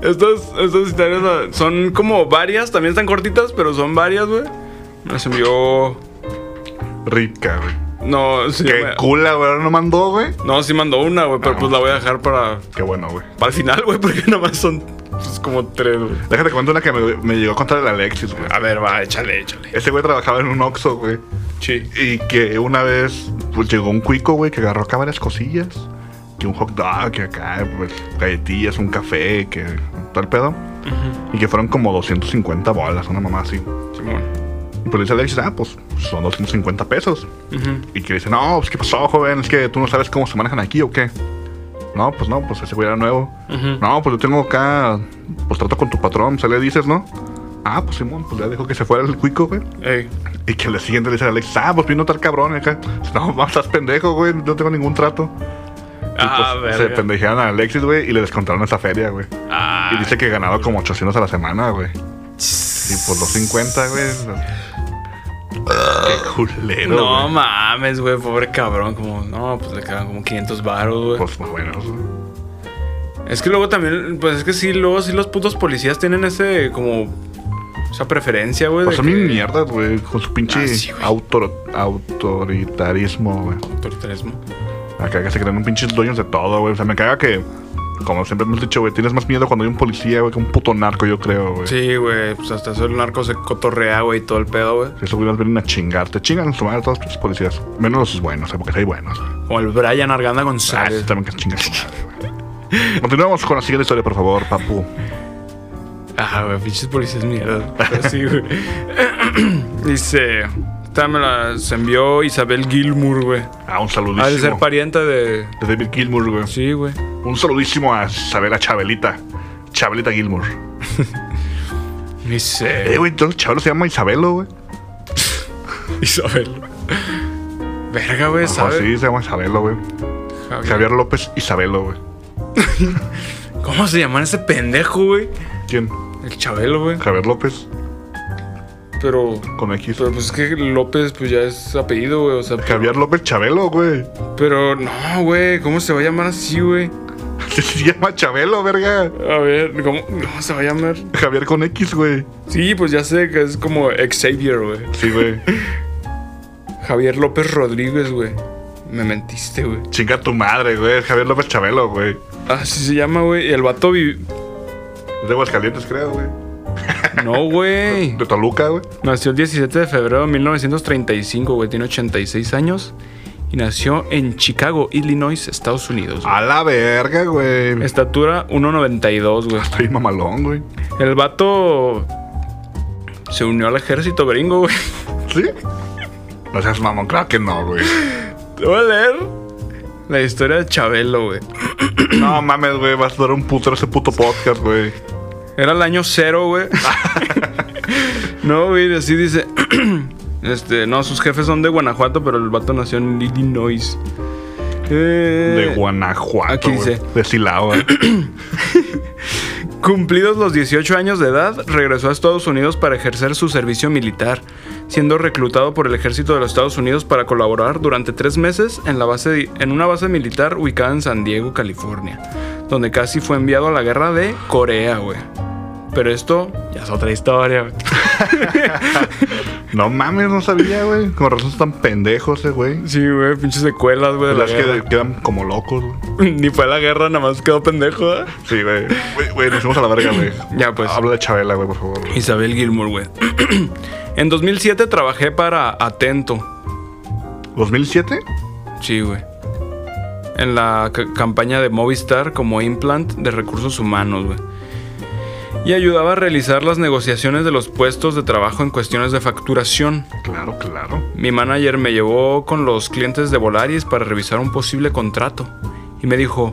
Speaker 2: Estas, estas historias la- son como varias, también están cortitas, pero son varias, güey. Ah, Me las envió.
Speaker 5: Rica, güey.
Speaker 2: No, sí.
Speaker 5: Qué
Speaker 2: güey.
Speaker 5: cula, güey. Ahora no mandó, güey.
Speaker 2: No, sí mandó una, güey, pero
Speaker 5: Ah.
Speaker 2: pues la voy a dejar para,
Speaker 5: Qué bueno, güey.
Speaker 2: para el final, güey, porque nomás son pues, como tres, güey.
Speaker 5: Déjate cuento una que me, me llegó a contar el Alexis, güey.
Speaker 2: A ver, va, échale, échale.
Speaker 5: Este güey trabajaba en un Oxxo, güey.
Speaker 2: Sí.
Speaker 5: Y que una vez pues, llegó un cuico, güey, que agarró acá varias cosillas. Que un hot dog, que acá, pues, galletillas, un café, que tal pedo. Y que fueron como 250 bolas, una mamá así.
Speaker 2: Simón.
Speaker 5: Y pues le dice a Alexis, ah, pues son 250 pesos. Y que le dice, no, pues qué pasó, joven, es que tú no sabes cómo se manejan aquí o qué. No, pues no, pues ese güey era nuevo. No, pues yo tengo acá, pues trato con tu patrón, se le dices, ¿no? Ah, pues Simón, pues ya dijo que se fuera el cuico, güey.
Speaker 2: Ey.
Speaker 5: Y que le siguiente le dice a Alexis, ah, pues vino tal cabrón y acá. No, más estás pendejo, güey, no tengo ningún trato. Y,
Speaker 2: Ah,
Speaker 5: pues, se
Speaker 2: verga.
Speaker 5: pendejearon a Alexis, güey, y le descontaron esa feria, güey.
Speaker 2: Ah,
Speaker 5: Y dice que ganaba como 800 a la semana, güey. Y por los 50, güey. Qué culero,
Speaker 2: Ah. no
Speaker 5: güey.
Speaker 2: mames, güey, pobre cabrón. Como, no, pues le quedan como 500 baros, güey.
Speaker 5: Pues más bueno.
Speaker 2: Es que luego también, pues es que sí, luego sí los putos policías tienen ese, como, esa preferencia, güey.
Speaker 5: Pues
Speaker 2: de
Speaker 5: son bien
Speaker 2: que-
Speaker 5: mierdas, güey. Con su pinche
Speaker 2: Ah, sí, güey.
Speaker 5: autor- autoritarismo, güey.
Speaker 2: Autoritarismo.
Speaker 5: Acá que se creen un pinches dueños de todo, güey. O sea, me caga que. Como siempre hemos dicho, güey, tienes más miedo cuando hay un policía, güey, que un puto narco, yo creo, güey.
Speaker 2: Sí, güey, pues hasta eso el narco se cotorrea, güey, y todo el pedo, güey.
Speaker 5: Si esos güeyes vienen a chingar, te chingan a su madre todos los pinches policías. Menos los buenos, ¿eh? porque sí hay buenos.
Speaker 2: Como el Brian Arganda
Speaker 5: Ah, sí,
Speaker 2: González.
Speaker 5: también que chingan a su madre, güey. Continuamos con la siguiente historia, por favor, papu.
Speaker 2: Ah, güey, pinches policías mierda. Pero sí, güey. Dice, esta me las envió Isabel Gilmour, güey.
Speaker 5: Ah,
Speaker 2: Ha
Speaker 5: un
Speaker 2: de ser
Speaker 5: saludísimo.
Speaker 2: parienta de...
Speaker 5: de David Gilmour, güey.
Speaker 2: Sí, güey.
Speaker 5: Un saludísimo a Isabela Chabelita. Chabelita Gilmour. Eh,
Speaker 2: Dice...
Speaker 5: güey, entonces Chabelo se llama Isabelo, güey.
Speaker 2: Isabel. Verga, güey,
Speaker 5: Ah,
Speaker 2: ¿sabes?
Speaker 5: sí, se llama Isabelo, güey. Javier López Isabelo, güey.
Speaker 2: ¿Cómo se llaman ese pendejo, güey?
Speaker 5: ¿Quién?
Speaker 2: El Chabelo, güey.
Speaker 5: Javier López
Speaker 2: Pero,
Speaker 5: con X.
Speaker 2: pero pues es que López pues ya es apellido, güey. O sea, pero-
Speaker 5: Javier López Chabelo, güey.
Speaker 2: Pero no, güey. ¿Cómo se va a llamar así, güey?
Speaker 5: Se llama Chabelo, verga.
Speaker 2: A ver, ¿cómo, cómo se va a llamar?
Speaker 5: Javier con X, güey.
Speaker 2: Sí, pues ya sé que es como Xavier, güey.
Speaker 5: Sí, güey.
Speaker 2: Javier López Rodríguez, güey. Me mentiste, güey.
Speaker 5: Chinga tu madre, güey. Javier López Chabelo, güey.
Speaker 2: Así se llama, güey. Y el vato vi-
Speaker 5: Es de Aguascalientes, creo, güey.
Speaker 2: No, güey.
Speaker 5: De Toluca, güey.
Speaker 2: Nació el 17 de febrero de 1935, güey. Tiene 86 años. Y nació en Chicago, Illinois, Estados Unidos. güey.
Speaker 5: A la verga, güey.
Speaker 2: Estatura 1.92, güey.
Speaker 5: Estoy mamalón, güey.
Speaker 2: El vato se unió al ejército gringo, güey.
Speaker 5: ¿Sí? No seas mamón, claro que no, güey.
Speaker 2: Te voy a leer la historia de Chabelo, güey.
Speaker 5: No mames, güey, vas a dar un putero ese puto podcast, güey.
Speaker 2: Era el año cero, güey. no, güey, así dice. este, no, sus jefes son de Guanajuato, pero el vato nació en Illinois. Eh,
Speaker 5: De Guanajuato.
Speaker 2: aquí dice.
Speaker 5: güey. De Silao, güey.
Speaker 2: Cumplidos los 18 años de edad, regresó a Estados Unidos para ejercer su servicio militar, siendo reclutado por el ejército de los Estados Unidos para colaborar durante tres meses en, la base, en una base militar ubicada en San Diego, California, donde casi fue enviado a la guerra de Corea, güey. Pero esto ya es otra historia, güey.
Speaker 5: No mames, no sabía, güey. Con razón están pendejos, ese güey.
Speaker 2: Sí, güey, pinches secuelas, güey, de la
Speaker 5: Las
Speaker 2: guerra.
Speaker 5: Pues que quedan como locos, güey.
Speaker 2: Ni fue a la guerra, nada más quedó pendejo, ¿eh?
Speaker 5: Sí, güey. Güey, Güey, nos fuimos a la verga, güey.
Speaker 2: Ya, pues.
Speaker 5: Habla de Chabela, güey, por favor. güey.
Speaker 2: Isabel Gilmour, güey. en 2007 trabajé para Atento.
Speaker 5: ¿2007?
Speaker 2: Sí, güey. En la ca- campaña de Movistar como implant de recursos humanos, güey. Y ayudaba a realizar las negociaciones de los puestos de trabajo en cuestiones de facturación.
Speaker 5: Claro, claro.
Speaker 2: Mi manager me llevó con los clientes de Volaris para revisar un posible contrato y me dijo,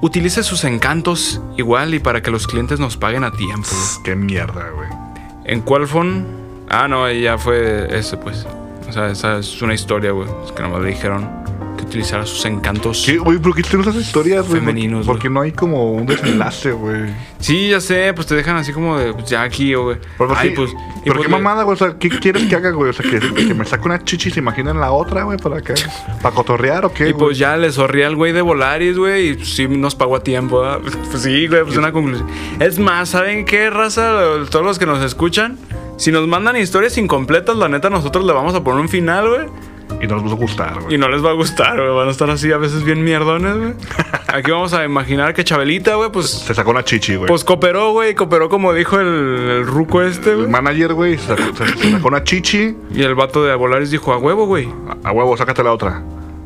Speaker 2: utilice sus encantos igual y para que los clientes nos paguen a tiempo.
Speaker 5: Qué mierda, güey.
Speaker 2: ¿En cuál fon? Ah, no, ya fue ese, pues. O sea, esa es una historia, güey. Es que nomás le dijeron que utilizar sus encantos.
Speaker 5: Sí, güey, pero ¿qué tienen esas historias, güey?
Speaker 2: Femeninos,
Speaker 5: Porque no hay como un desenlace, güey.
Speaker 2: Sí, ya sé, pues te dejan así como de, pues ya aquí, o güey.
Speaker 5: Pero,
Speaker 2: Ay,
Speaker 5: sí,
Speaker 2: pues. y
Speaker 5: pero
Speaker 2: pues
Speaker 5: qué
Speaker 2: le-
Speaker 5: mamada, güey. O sea, ¿qué quieres que haga, güey? O sea, que, que me saque una chichi y se imaginen la otra, güey, para acá. ¿Para cotorrear o qué,
Speaker 2: Y
Speaker 5: güey?
Speaker 2: pues ya le sorrí al güey de Volaris, güey, y pues, sí nos pagó a tiempo. ¿verdad? Pues sí, güey, pues una conclusión. Es más, ¿saben qué, raza? Todos los que nos escuchan, si nos mandan historias incompletas, la neta, nosotros le vamos a poner un final, güey.
Speaker 5: Y no les va a gustar,
Speaker 2: Y
Speaker 5: güey.
Speaker 2: no les va a gustar, güey. Van a estar así a veces bien mierdones, güey. Aquí vamos a imaginar que Chabelita, güey, pues,
Speaker 5: Se sacó una chichi, güey.
Speaker 2: pues cooperó, güey. Cooperó como dijo el, el ruco este,
Speaker 5: el
Speaker 2: güey.
Speaker 5: manager, güey, se sacó, se- se sacó una chichi.
Speaker 2: Y el vato de Volaris dijo, a huevo, güey.
Speaker 5: A, a huevo, sácate la otra.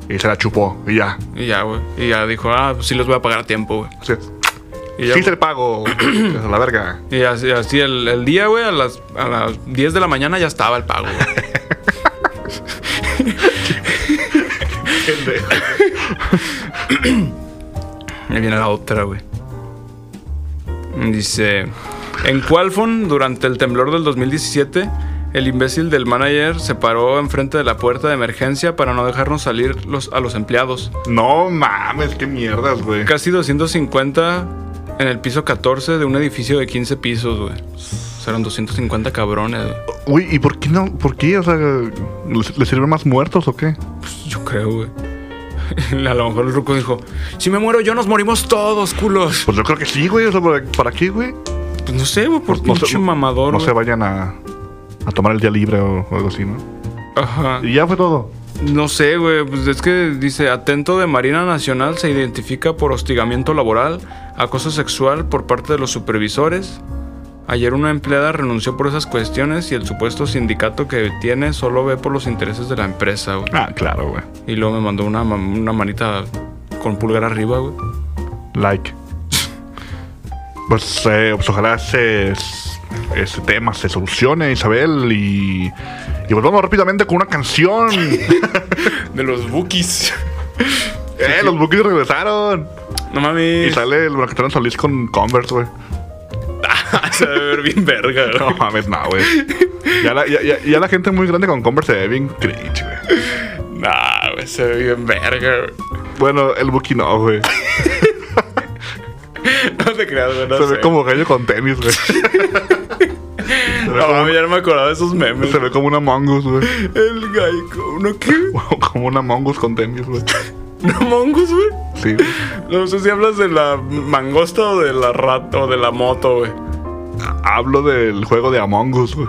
Speaker 5: Y se la chupó. Y ya.
Speaker 2: Y ya, güey. Y ya dijo, ah, pues sí los voy a pagar a tiempo, güey.
Speaker 5: Así,
Speaker 2: Y ya,
Speaker 5: sí se le pago. a la verga.
Speaker 2: Y así, así el, el día, güey, a las, a las 10 de la mañana ya estaba el pago. güey. Ahí viene la otra, güey. Dice, en Qualfon, durante el temblor del 2017, el imbécil del manager se paró enfrente de la puerta de emergencia para no dejarnos salir los, a los empleados.
Speaker 5: No mames, qué mierdas, güey.
Speaker 2: Casi 250 en el piso 14 de un edificio de 15 pisos, güey. O sea, eran 250 cabrones, güey.
Speaker 5: Uy, ¿y por qué no? ¿Por qué? O sea, ¿les, les sirven más muertos o qué?
Speaker 2: Yo creo, güey. A lo mejor el ruco dijo, si me muero yo, nos morimos todos, culos.
Speaker 5: Pues yo creo que sí, güey. O sea, ¿para, para qué, güey?
Speaker 2: Pues no sé, güey, por
Speaker 5: No se-
Speaker 2: pinche mamador.
Speaker 5: No
Speaker 2: güey.
Speaker 5: se vayan a, a tomar el día libre o, o algo así, ¿no?
Speaker 2: Ajá.
Speaker 5: Y ya fue todo.
Speaker 2: No sé, güey. Pues es que dice, atento de Marina Nacional se identifica por hostigamiento laboral, acoso sexual por parte de los supervisores. Ayer una empleada renunció por esas cuestiones y el supuesto sindicato que tiene solo ve por los intereses de la empresa, güey.
Speaker 5: Ah, claro, güey.
Speaker 2: Y luego me mandó una, ma- una manita con pulgar arriba, güey.
Speaker 5: Like. Pues, eh, pues ojalá se, ese tema se solucione, Isabel. Y, y volvamos rápidamente con una canción.
Speaker 2: De los bookies.
Speaker 5: ¡Eh, los Bookies regresaron!
Speaker 2: No mames.
Speaker 5: Y sale el Bracatrán Solís con Converse, güey.
Speaker 2: Se debe ver bien verga, güey.
Speaker 5: No mames, no, güey. Ya la, ya, ya, ya la gente muy grande con Converse se ve bien cringe, güey.
Speaker 2: Nah, güey, se ve bien verga, güey.
Speaker 5: Bueno, el Buki no, güey.
Speaker 2: No te creas, güey. No
Speaker 5: se
Speaker 2: sé.
Speaker 5: ve como gallo con tenis, güey. se, ve
Speaker 2: No, mami,
Speaker 5: como,
Speaker 2: ya no me acordaba de esos memes.
Speaker 5: se ve como una mongus, güey.
Speaker 2: El gaico. ¿Uno qué?
Speaker 5: como una mongus con tenis, güey.
Speaker 2: ¿No mongus, güey?
Speaker 5: Sí, güey.
Speaker 2: No sé si hablas de la mangosta o de la rata o de la moto, güey.
Speaker 5: Hablo del juego de Among Us, güey.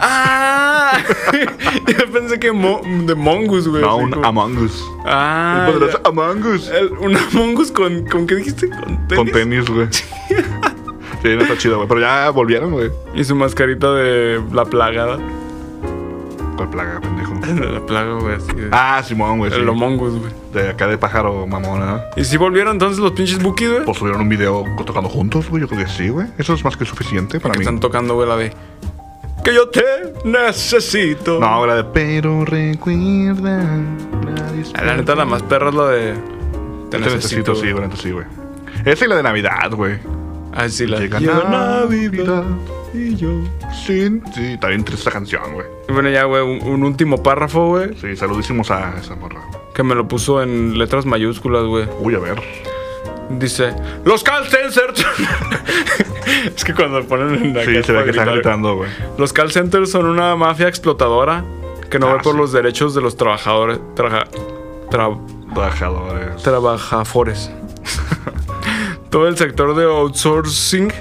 Speaker 2: ¡Ah! Yo pensé que mo- de mongus, güey.
Speaker 5: No,
Speaker 2: así
Speaker 5: un
Speaker 2: como-
Speaker 5: Among Us. El
Speaker 2: Ah.
Speaker 5: poderoso
Speaker 2: ya.
Speaker 5: Among Us.
Speaker 2: El- un mongus con, con. ¿Qué dijiste? Con tenis.
Speaker 5: Con tenis, güey. Sí, no está chido, güey. Pero ya volvieron, güey.
Speaker 2: Y su mascarita de la plagada.
Speaker 5: Con plaga, pendejo.
Speaker 2: De la plaga, güey. Así de-
Speaker 5: Ah, Simón, güey. sí.
Speaker 2: El mongus, güey.
Speaker 5: De acá de pájaro mamona, ¿no?
Speaker 2: ¿Y si volvieron entonces los pinches bookies, güey?
Speaker 5: Pues subieron un video tocando juntos, güey. Yo creo que sí, güey. Eso es más que suficiente para
Speaker 2: que
Speaker 5: mí.
Speaker 2: están tocando, güey, la de. Que yo te necesito.
Speaker 5: No, ahora de pero recuerda. nadie
Speaker 2: Ah, La neta, la más perra es la de. Te
Speaker 5: Te necesito, sí,
Speaker 2: güey.
Speaker 5: güey. Sí, güey. Esa y la de Navidad, güey.
Speaker 2: Ah, sí, la
Speaker 5: Llega Navidad y yo sin ti. Está bien triste esa canción, güey.
Speaker 2: Y Bueno, ya, güey, un, un último párrafo, güey.
Speaker 5: Sí, saludísimos a esa morra.
Speaker 2: Que me lo puso en letras mayúsculas, güey.
Speaker 5: Uy, a ver.
Speaker 2: Dice: ¡Los call centers! es que cuando ponen en la
Speaker 5: Sí, se ve que están gritando, güey.
Speaker 2: Los call centers son una mafia explotadora que no
Speaker 5: Ah,
Speaker 2: ve por
Speaker 5: sí.
Speaker 2: los derechos de los trabajadores. Traja, tra-
Speaker 5: Trabajadores.
Speaker 2: trabajafores. Todo el sector de outsourcing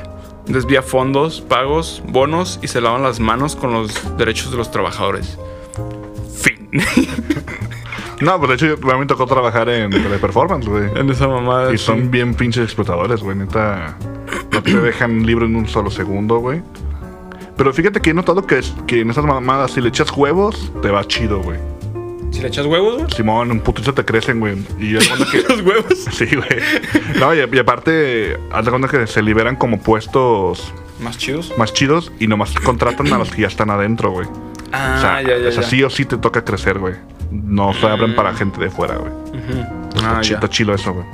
Speaker 2: desvía fondos, pagos, bonos y se lavan las manos con los derechos de los trabajadores. Fin.
Speaker 5: No, pues de hecho, yo a mí me tocó trabajar en Teleperformance, güey.
Speaker 2: en esa mamada.
Speaker 5: Y
Speaker 2: sí.
Speaker 5: son bien pinches explotadores, güey. Neta, no te dejan libre en un solo segundo, güey. Pero fíjate que he notado que, es- que en esas mamadas, si le echas huevos, te va chido, güey.
Speaker 2: Si le echas huevos, güey.
Speaker 5: Simón, un putizo te crecen, güey. Y yo cuenta que.
Speaker 2: Los huevos.
Speaker 5: Sí, güey. No, y, y aparte, haz de cuenta que se liberan como puestos
Speaker 2: Más chidos.
Speaker 5: más chidos y nomás contratan a los que ya están adentro, güey.
Speaker 2: Ah,
Speaker 5: o sea,
Speaker 2: ya, ya.
Speaker 5: o sea,
Speaker 2: ya.
Speaker 5: sí o sí te toca crecer, güey. No se abren para gente de fuera, güey.
Speaker 2: Ah,
Speaker 5: Está chi-
Speaker 2: ya.
Speaker 5: está chido eso, güey.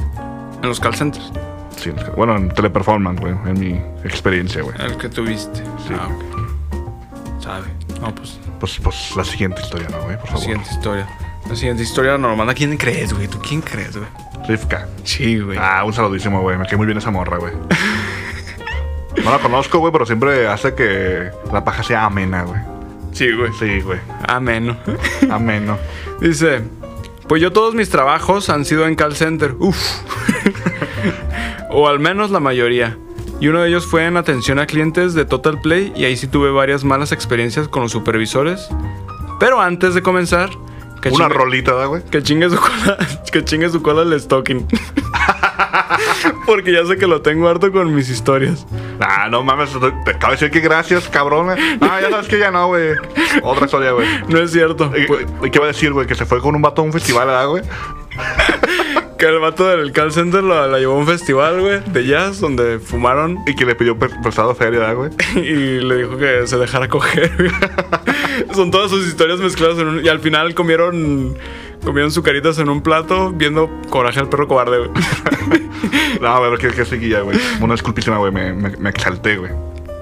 Speaker 2: En los call centers.
Speaker 5: Sí, es que- bueno, en teleperformance, güey, en mi experiencia, güey.
Speaker 2: El que tuviste.
Speaker 5: Sí. Ah,
Speaker 2: Ah, ok. Sabe. No, pues.
Speaker 5: Pues, pues la pues, siguiente historia, ¿no, güey? Por favor.
Speaker 2: Siguiente historia. La siguiente historia normal. ¿A quién crees, güey? ¿Tú quién crees, güey?
Speaker 5: Rivka.
Speaker 2: Sí, güey.
Speaker 5: Ah, un saludísimo, güey. Me cae muy bien esa morra, güey. No la conozco, güey, pero siempre hace que la paja sea amena, güey.
Speaker 2: Sí, güey. Ah,
Speaker 5: Sí, güey.
Speaker 2: Ameno.
Speaker 5: Ameno.
Speaker 2: Dice, pues yo todos mis trabajos han sido en call center. Uf. o al menos la mayoría. Y uno de ellos fue en atención a clientes de Total Play y ahí sí tuve varias malas experiencias con los supervisores. Pero antes de comenzar, que,
Speaker 5: Una
Speaker 2: chingue-
Speaker 5: rolita, ¿da, güey.
Speaker 2: que chingue su cola, que chingue su cola el stocking. Porque ya sé que lo tengo harto con mis historias.
Speaker 5: Ah, no mames. Te acabo de decir que gracias, cabrona. Ah, ya sabes que ya no, güey. Otra historia, güey.
Speaker 2: No es cierto.
Speaker 5: Eh,
Speaker 2: Pues,
Speaker 5: eh, ¿Qué va a decir, güey? Que se fue con un vato a un festival, ¿verdad, güey?
Speaker 2: que el vato del call center la, la llevó a un festival, güey, de jazz, donde fumaron
Speaker 5: Y que le pidió pre- prestado feria, ¿verdad, güey?
Speaker 2: y le dijo que se dejara coger. güey. Son todas sus historias mezcladas en un, y al final comieron comieron sucaritas en un plato viendo Coraje al perro cobarde. güey.
Speaker 5: No, pero que, que seguía, güey. Una disculpísima, güey. Me, me, me exalté, güey.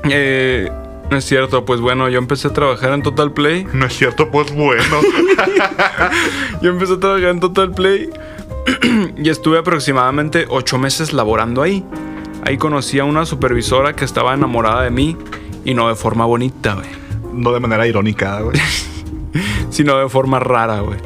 Speaker 2: Eh, no es cierto, pues bueno, yo empecé a trabajar en Total Play.
Speaker 5: No es cierto, pues bueno.
Speaker 2: Yo empecé a trabajar en Total Play y estuve aproximadamente ocho meses laborando ahí. Ahí conocí a una supervisora que estaba enamorada de mí y no de forma bonita, güey.
Speaker 5: No de manera irónica, güey.
Speaker 2: Sino de forma rara, güey.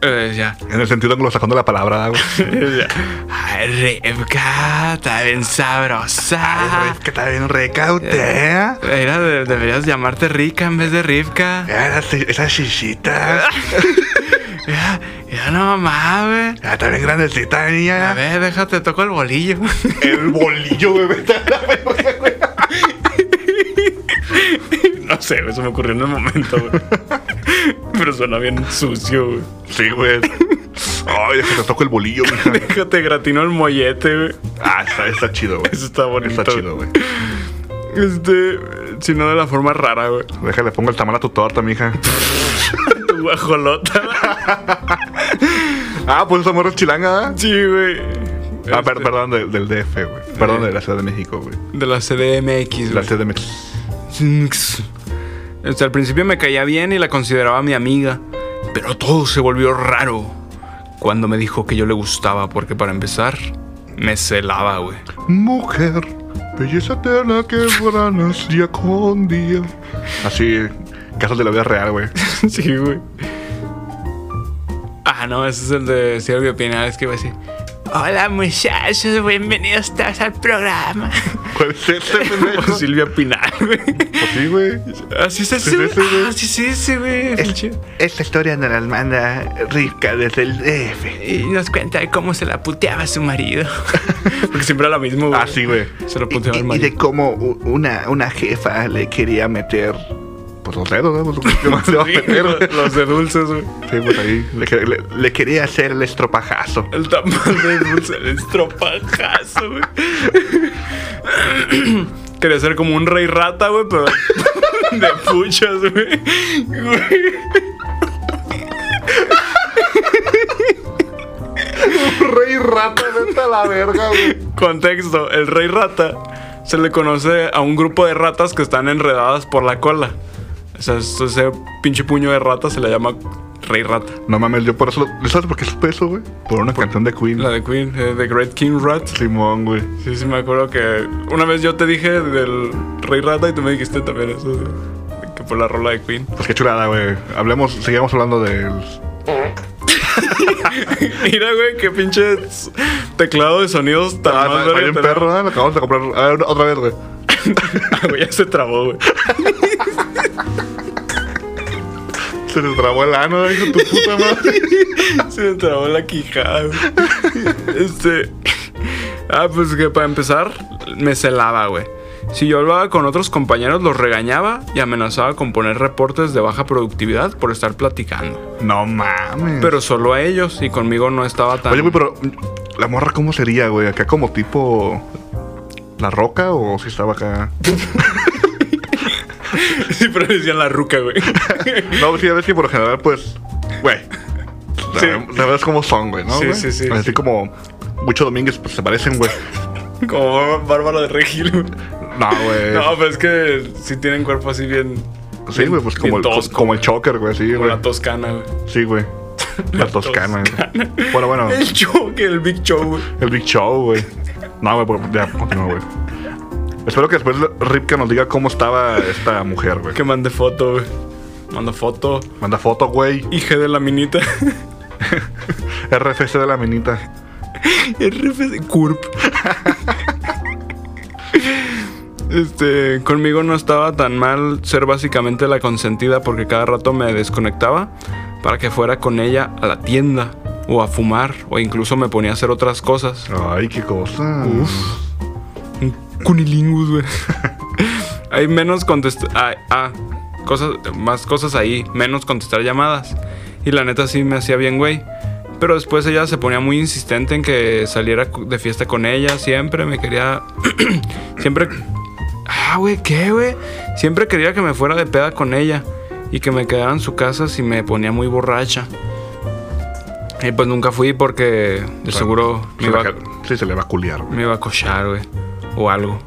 Speaker 2: Eh, ya.
Speaker 5: En el sentido anglosajón de la palabra, güey.
Speaker 2: Ay, Rivka, está bien sabrosa.
Speaker 5: que está bien ¿eh? recautea.
Speaker 2: Era de- deberías llamarte Rica en vez de Rivka.
Speaker 5: Ah, Esa chichita.
Speaker 2: Ya, ya no mames.
Speaker 5: Ya Ah, está bien grandecita,
Speaker 2: A
Speaker 5: niña.
Speaker 2: ver, déjate, toco el bolillo.
Speaker 5: El bolillo, güey. vete a la verga.
Speaker 2: No sé, eso me ocurrió en el momento, güey. Pero suena bien sucio, güey.
Speaker 5: Sí, güey. Ay, déjate, toco el bolillo, mija.
Speaker 2: Déjate gratino el mollete, güey.
Speaker 5: Ah, está, está chido, güey.
Speaker 2: Eso está bonito.
Speaker 5: Está chido, güey.
Speaker 2: Este, sino de la forma rara, güey.
Speaker 5: Déjale, pongo el tamal a tu torta, mija.
Speaker 2: Tu guajolota.
Speaker 5: Ah, pues esa morra es chilanga, ¿verdad?
Speaker 2: Sí, güey. Este,
Speaker 5: Ah, per- perdón, del, del DF, güey. Perdón, de la Ciudad de México, güey.
Speaker 2: De la CDMX,
Speaker 5: La
Speaker 2: güey.
Speaker 5: Ciudad de México.
Speaker 2: Este, al principio me caía bien y la consideraba mi amiga, pero todo se volvió raro cuando me dijo que yo le gustaba, porque para empezar, me celaba, güey.
Speaker 5: Mujer, belleza eterna que veranas día con día. Así, casos de la vida real, güey.
Speaker 2: sí, güey. Ah, no, ese es el de Silvio Pinal, es que iba a decir. Hola muchachos, bienvenidos todos al programa.
Speaker 5: ¿Cuál es ese, pendejo?
Speaker 2: Por Silvia Pinal, güey.
Speaker 5: Pues sí, güey.
Speaker 2: Así es ese,
Speaker 5: Sí,
Speaker 2: güey.
Speaker 5: sí, sí, güey.
Speaker 2: Ah, sí, sí, sí, güey. Pinche-
Speaker 5: Esta historia nos la manda rica desde el DF.
Speaker 2: Y nos cuenta de cómo se la puteaba su marido. Porque siempre era lo mismo, güey.
Speaker 5: Ah, sí, güey.
Speaker 2: Se lo puteaba el
Speaker 5: Y
Speaker 2: marido.
Speaker 5: de cómo u- una, una jefa le quería meter. Pues los dedos, ¿no? Pues, ¿qué más le va a
Speaker 2: Sí,
Speaker 5: meter, güey?
Speaker 2: los- los de dulces, güey.
Speaker 5: Sí, pues ahí. Le, que- le- le quería hacer el estropajazo.
Speaker 2: El tamal de dulce, el estropajazo, güey. Quería ser como un rey rata, güey, pero de puchas, güey. Güey.
Speaker 5: Rey rata, vete a la verga, güey.
Speaker 2: Contexto, el rey rata se le conoce a un grupo de ratas que están enredadas por la cola. O sea, es- ese pinche puño de rata se le llama rey rata.
Speaker 5: No mames, yo por eso. lo- ¿Sabes por qué supe eso, güey? Por una canción de Queen.
Speaker 2: La de Queen, eh, The Great King Rat.
Speaker 5: Simón, güey.
Speaker 2: Sí, sí, me acuerdo que una vez yo te dije del Rey Rata y tú me dijiste también eso, de- que por la rola de Queen.
Speaker 5: Pues qué chulada, güey. Hablemos, sigamos hablando del.
Speaker 2: Mira, güey, qué pinche s- teclado de sonidos tan
Speaker 5: Ah,
Speaker 2: más
Speaker 5: hay
Speaker 2: verga
Speaker 5: un
Speaker 2: tenemos.
Speaker 5: perro, ¿no? Lo acabamos de comprar. A ver, otra vez, güey.
Speaker 2: Ah, güey, ya se trabó, güey.
Speaker 5: Se te trabó el ano, hijo de tu puta madre.
Speaker 2: Se me trabó la quijada, güey. Este. Ah, pues que para empezar, me celaba, güey. Si yo hablaba con otros compañeros, los regañaba y amenazaba con poner reportes de baja productividad por estar platicando.
Speaker 5: No mames.
Speaker 2: Pero solo a ellos y conmigo no estaba tan.
Speaker 5: Oye, güey, pero. mm, ¿La morra cómo sería, güey? Acá como tipo. ¿La roca o si estaba acá?
Speaker 2: Sí, pero le decían la ruca, güey.
Speaker 5: No, sí, a veces que por lo general, pues. Güey.
Speaker 2: Sí.
Speaker 5: Sabes sabes cómo son, güey, ¿no?
Speaker 2: Sí,
Speaker 5: güey?
Speaker 2: sí, sí,
Speaker 5: Así
Speaker 2: sí.
Speaker 5: como. Muchos domingos pues, se parecen, güey.
Speaker 2: Como Bár- Bárbara de Regil, güey.
Speaker 5: No, güey.
Speaker 2: No, pero es que sí tienen cuerpo así bien.
Speaker 5: Sí, güey, pues como el,
Speaker 2: Bien tosco,
Speaker 5: como el choker, güey, sí,
Speaker 2: Como
Speaker 5: güey.
Speaker 2: la toscana, güey.
Speaker 5: Sí, güey. La toscana. güey. Bueno, bueno,
Speaker 2: El show, que el Big Show, güey.
Speaker 5: el Big Show, güey. No, güey, por- ya, continúa, güey. Espero que después Ripka nos diga cómo estaba esta mujer, güey.
Speaker 2: Que mande foto, güey. Manda foto.
Speaker 5: Manda foto, güey.
Speaker 2: Hija de la minita.
Speaker 5: RFC de la minita.
Speaker 2: RFC Curp. Este, conmigo no estaba tan mal ser básicamente la consentida porque cada rato me desconectaba para que fuera con ella a la tienda o a fumar o incluso me ponía a hacer otras cosas.
Speaker 5: Ay, qué cosa. Uf.
Speaker 2: Un Cunilingus, güey. Hay menos contestar. Ah, ah, cosas, más cosas ahí, menos contestar llamadas. Y la neta sí me hacía bien, güey. Pero después ella se ponía muy insistente en que saliera cu- de fiesta con ella. Siempre me quería. siempre. Ah, güey, ¿qué, güey? Siempre quería que me fuera de peda con ella. Y que me quedara en su casa si me ponía muy borracha. Y pues nunca fui porque de seguro me
Speaker 5: Se
Speaker 2: iba,
Speaker 5: la- Sí, se le va a culiar, güey.
Speaker 2: me iba a cochar, güey. O algo.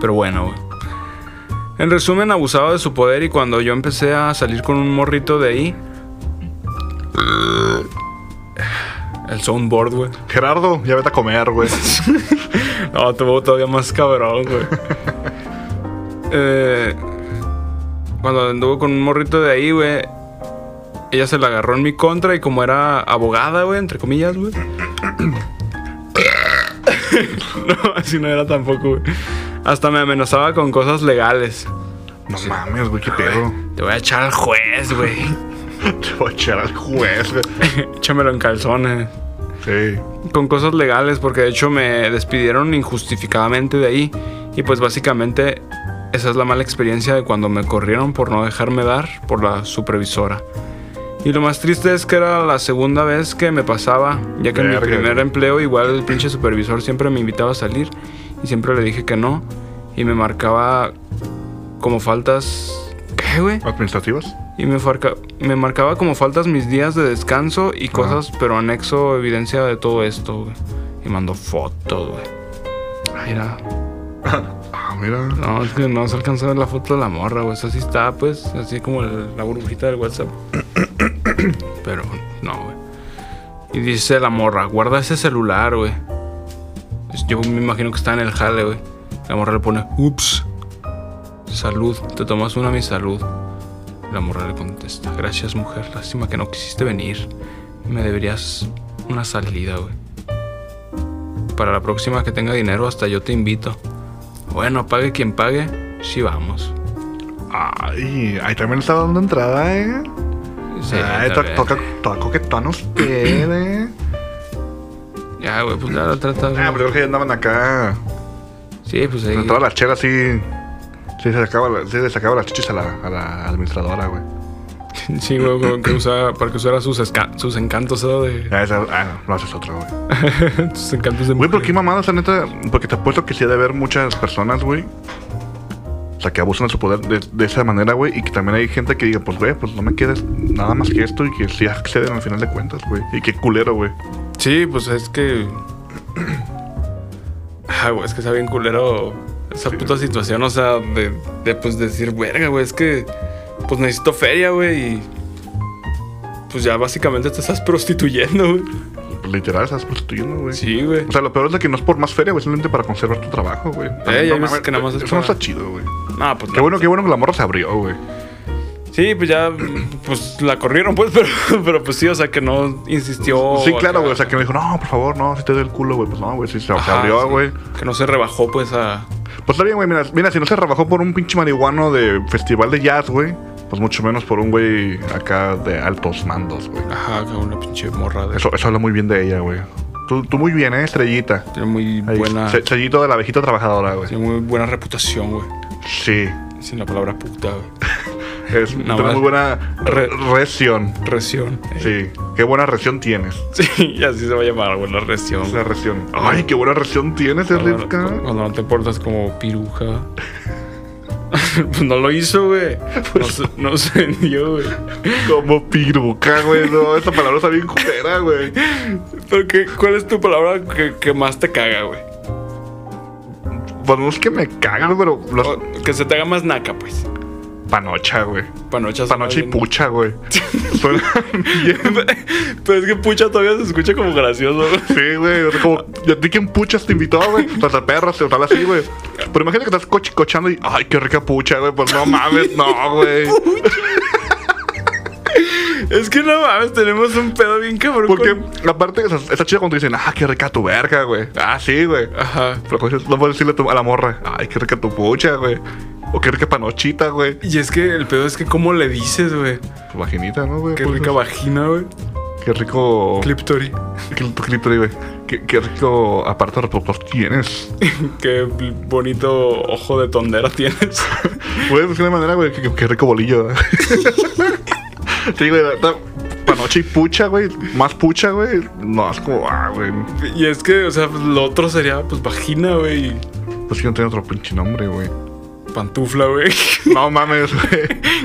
Speaker 2: Pero bueno, güey. En resumen, abusaba de su poder y cuando yo empecé a salir con un morrito de ahí... El soundboard, güey.
Speaker 5: Gerardo, ya vete a comer, güey.
Speaker 2: No, tuvo todavía más cabrón, güey. Eh, cuando anduvo con un morrito de ahí, güey, ella se la agarró en mi contra y como era abogada, güey, entre comillas, güey. no, así no era tampoco, güey. Hasta me amenazaba con cosas legales.
Speaker 5: No mames, güey, qué pedo.
Speaker 2: Te voy a echar al juez, güey.
Speaker 5: Te voy a echar al juez, güey.
Speaker 2: Échamelo en calzones.
Speaker 5: Sí.
Speaker 2: con cosas legales porque de hecho me despidieron injustificadamente de ahí y pues básicamente esa es la mala experiencia de cuando me corrieron por no dejarme dar por la supervisora. Y lo más triste es que era la segunda vez que me pasaba, ya que en mi
Speaker 5: Verga.
Speaker 2: primer empleo igual el pinche supervisor siempre me invitaba a salir y siempre le dije que no y me marcaba como faltas... ¿Qué, güey?
Speaker 5: ¿Administrativas?
Speaker 2: Y me, farca- me marcaba como faltas mis días de descanso y cosas, pero anexo evidencia de todo esto, güey. Y mandó fotos, güey. Ay, Mira,
Speaker 5: Ah, mira.
Speaker 2: no, es que no se alcanza a ver la foto de la morra, güey. Esa sí está, pues, así como el- la burbujita del WhatsApp. pero no, güey. Y dice la morra, guarda ese celular, güey. Pues, Yo me imagino que está en el jale, güey. La morra le pone, ups. Salud, te tomas una mi salud. La morra le contesta, gracias mujer, lástima que no quisiste venir. Me deberías una salida, güey. Para la próxima que tenga dinero, hasta yo te invito. Bueno, pague quien pague, sí vamos.
Speaker 5: Ay, ahí también le estaba dando entrada, eh.
Speaker 2: Sí,
Speaker 5: Ay,
Speaker 2: está
Speaker 5: está
Speaker 2: bien.
Speaker 5: Ah, toca, toca coquetón usted, eh.
Speaker 2: Ya, güey, pues ya la trata.
Speaker 5: Ah, pero creo que ya andaban acá.
Speaker 2: Sí, pues ahí.
Speaker 5: Entraba la chela así. Sí, se sacaba, la- sí, le sacaba las chichis a la, a la administradora, güey.
Speaker 2: Sí, güey, como que usaba, para que usara sus, esca- sus encantos, ¿no? De,
Speaker 5: Ya esa, ah, no, no, esa es otra, güey.
Speaker 2: sus encantos de
Speaker 5: Güey, pero qué
Speaker 2: mujer.
Speaker 5: mamada, esa neta. Porque te apuesto que sí ha de haber muchas personas, güey. O sea, que abusan de su poder de, de esa manera, güey. Y que también hay gente que diga, pues, güey, pues no me quieres nada más que esto. Y que sí acceden al final de cuentas, güey. Y qué culero, güey.
Speaker 2: Sí, pues es que. Ah, güey, es que está bien culero esa puta situación, o sea, de, de, pues decir, verga, güey, es que. Pues necesito feria, güey, y. Pues ya básicamente te estás prostituyendo, güey.
Speaker 5: Pues, literal, estás prostituyendo, güey.
Speaker 2: Sí, güey.
Speaker 5: O sea, lo peor es de que no es por más feria, güey, simplemente para conservar tu trabajo, güey.
Speaker 2: Eh, ya ves
Speaker 5: No mames,
Speaker 2: que nada más es
Speaker 5: Eso no
Speaker 2: para-
Speaker 5: está chido, güey.
Speaker 2: Ah, pues
Speaker 5: Qué bueno, qué bueno que la morra se abrió, güey.
Speaker 2: Sí, pues ya, pues la corrieron, pues, pero, pero pues sí, o sea, que no insistió.
Speaker 5: sí,
Speaker 2: acá.
Speaker 5: claro, güey. O sea, que me dijo, no, por favor, no, si te doy el culo, güey. Pues no, güey, sí, se, se
Speaker 2: Ajá,
Speaker 5: abrió,
Speaker 2: sí.
Speaker 5: güey.
Speaker 2: Que no se rebajó, pues, a.
Speaker 5: Pues está bien, güey. Mira, mira, si no se rebajó por un pinche marihuano de festival de jazz, güey, pues mucho menos por un güey acá de altos mandos, güey.
Speaker 2: Ajá, que una pinche morra de.
Speaker 5: Eso, eso habla muy bien de ella, güey. Tú, tú muy bien, ¿eh? Estrellita.
Speaker 2: Tiene muy
Speaker 5: Ahí,
Speaker 2: buena.
Speaker 5: se- Sellito de la abejita trabajadora, güey.
Speaker 2: Tiene muy buena reputación, güey.
Speaker 5: Sí.
Speaker 2: Sin la palabra puta, güey.
Speaker 5: Es
Speaker 2: No,
Speaker 5: una
Speaker 2: vale.
Speaker 5: muy buena re-
Speaker 2: Re-
Speaker 5: reacción.
Speaker 2: Reción.
Speaker 5: Sí. Qué buena reacción tienes.
Speaker 2: Sí, y así se va a llamar, güey, la reción.
Speaker 5: Es la reacción. Ay, qué buena reacción tienes,
Speaker 2: Cuando-
Speaker 5: Erlinka.
Speaker 2: Cuando no te portas como piruja. pues no lo hizo, güey. No se- No se vendió, güey.
Speaker 5: Como piruca, güey. No, esa palabra está bien culera, güey.
Speaker 2: Pero, qué, ¿cuál es tu palabra que, que más te caga, güey?
Speaker 5: Bueno, Pues no es que me cagan, pero los- Oh.
Speaker 2: O- Que se te haga más naca, pues.
Speaker 5: Panocha, güey.
Speaker 2: Panocha suena
Speaker 5: Panocha y
Speaker 2: bien.
Speaker 5: pucha, güey. Suena bien.
Speaker 2: Pero es que pucha todavía se escucha como gracioso, güey.
Speaker 5: Sí, güey. Es como, ¿y a ti quién puchas te invitó, güey? Las perras, o tal así, güey. Pero imagínate que estás cochicochando y, ay, qué rica pucha, güey. Pues no mames, no, güey.
Speaker 2: Es que no mames, tenemos un pedo bien cabrón.
Speaker 5: Porque
Speaker 2: con-
Speaker 5: aparte, está, está chido cuando te dicen, ah, qué rica tu verga, güey. Ah, sí, güey.
Speaker 2: Ajá.
Speaker 5: Pero como dices, no puedes decirle a, tu- a la morra, ay, qué rica tu pucha, güey. O qué rica panochita, güey.
Speaker 2: Y es que el pedo es que cómo le dices, güey.
Speaker 5: Tu vaginita, ¿no, güey?
Speaker 2: Qué
Speaker 5: Pues,
Speaker 2: rica vagina, güey.
Speaker 5: Qué rico.
Speaker 2: Cliptory.
Speaker 5: Clip, clip, güey. Qué, qué rico aparato reproductor tienes.
Speaker 2: Qué bonito ojo de tondera tienes.
Speaker 5: Puedes decir de manera, güey, qué, qué rico bolillo. ¿eh? sí, güey, la- la- panocha y pucha, güey. Más pucha, güey. No, es como, ah, güey.
Speaker 2: y es que, o sea, pues, lo otro sería, pues, vagina, güey. y
Speaker 5: Pues que no tiene otro pinche nombre, güey.
Speaker 2: Pantufla, güey.
Speaker 5: No mames, güey.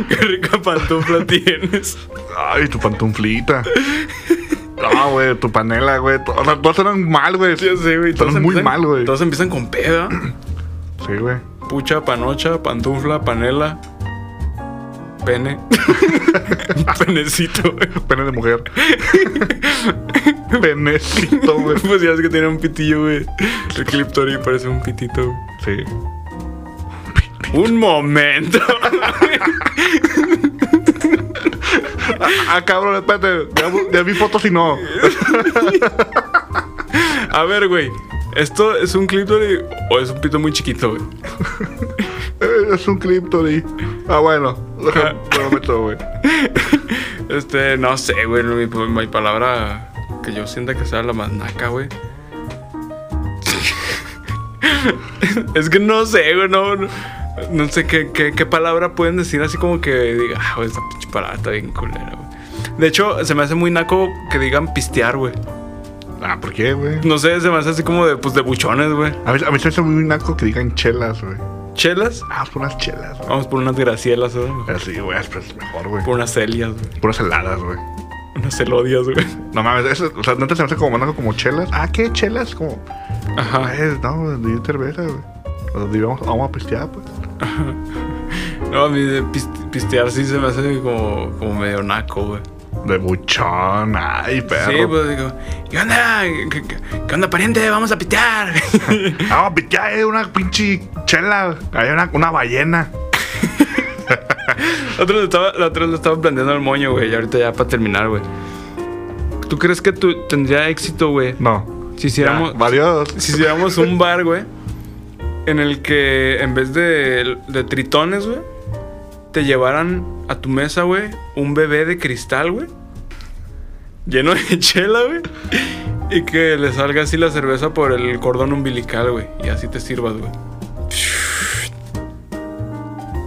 Speaker 2: Qué rica pantufla tienes.
Speaker 5: Ay, tu pantuflita. No, güey, tu panela, güey. O sea, todas eran mal, güey.
Speaker 2: Ya sé, güey.
Speaker 5: Están
Speaker 2: todos
Speaker 5: muy
Speaker 2: empiezan-
Speaker 5: mal, güey.
Speaker 2: Todos empiezan con peda.
Speaker 5: Sí, güey.
Speaker 2: Pucha, panocha, pantufla, panela. Pene. Penecito, güey.
Speaker 5: Pene de mujer. Penecito, güey.
Speaker 2: Pues ya es que tiene un pitillo, güey. El cliptory parece un pitito. güey.
Speaker 5: Sí.
Speaker 2: Un momento.
Speaker 5: Ah, cabrón, espérate. Ya, bu- ya vi fotos y no.
Speaker 2: A ver, güey. ¿Esto es un cliptory o es un pito muy chiquito, güey?
Speaker 5: Eh, Es un Cliptory. Ah, bueno. Deja-
Speaker 2: Ah.
Speaker 5: Te lo meto, güey.
Speaker 2: Este, no sé, güey. Mi, mi palabra que yo sienta que sea la más naca, güey. es que no sé, güey. No, no, no sé qué, qué, qué palabra pueden decir así como que diga, ah, güey, esta pinche palabra está bien culera, güey. De hecho, se me hace muy naco que digan pistear, güey.
Speaker 5: Ah, ¿por qué, güey?
Speaker 2: No sé, se me hace así como de, pues, de buchones, güey.
Speaker 5: A mí, a mí se me hace muy naco que digan chelas, güey.
Speaker 2: ¿Chelas?
Speaker 5: Ah, por unas chelas, güey.
Speaker 2: Vamos por unas gracielas, ¿eh?
Speaker 5: Así, güey, es es mejor, güey.
Speaker 2: Por unas celias, güey.
Speaker 5: Por unas heladas, güey.
Speaker 2: Unas celodias, güey.
Speaker 5: No mames, eso, o sea, neta se me hace como manaco como chelas. Ah, ¿qué? Chelas, como.
Speaker 2: Ajá.
Speaker 5: Ay, no, de cerveza, güey. O sea, vamos, vamos a pistear, pues.
Speaker 2: No, a mí de pis- pistear sí se me hace como, como medio naco, güey.
Speaker 5: De buchón, ay, perro.
Speaker 2: Sí, pues digo, ¿qué onda? ¿Qué, qué- qué onda, pariente? Vamos a pistear.
Speaker 5: Vamos a pistear, eh, una pinche chela. Hay una, una ballena.
Speaker 2: la, otra le estaba, la otra le estaba planteando al moño, güey. Y ahorita ya para terminar, güey. ¿Tú crees que tú tendría éxito, güey?
Speaker 5: No.
Speaker 2: Si hiciéramos,
Speaker 5: Varios.
Speaker 2: si hiciéramos un bar, güey, en el que en vez de, de tritones, güey, te llevaran a tu mesa, güey, un bebé de cristal, güey, lleno de chela, güey, y que le salga así la cerveza por el cordón umbilical, güey, y así te sirvas, güey.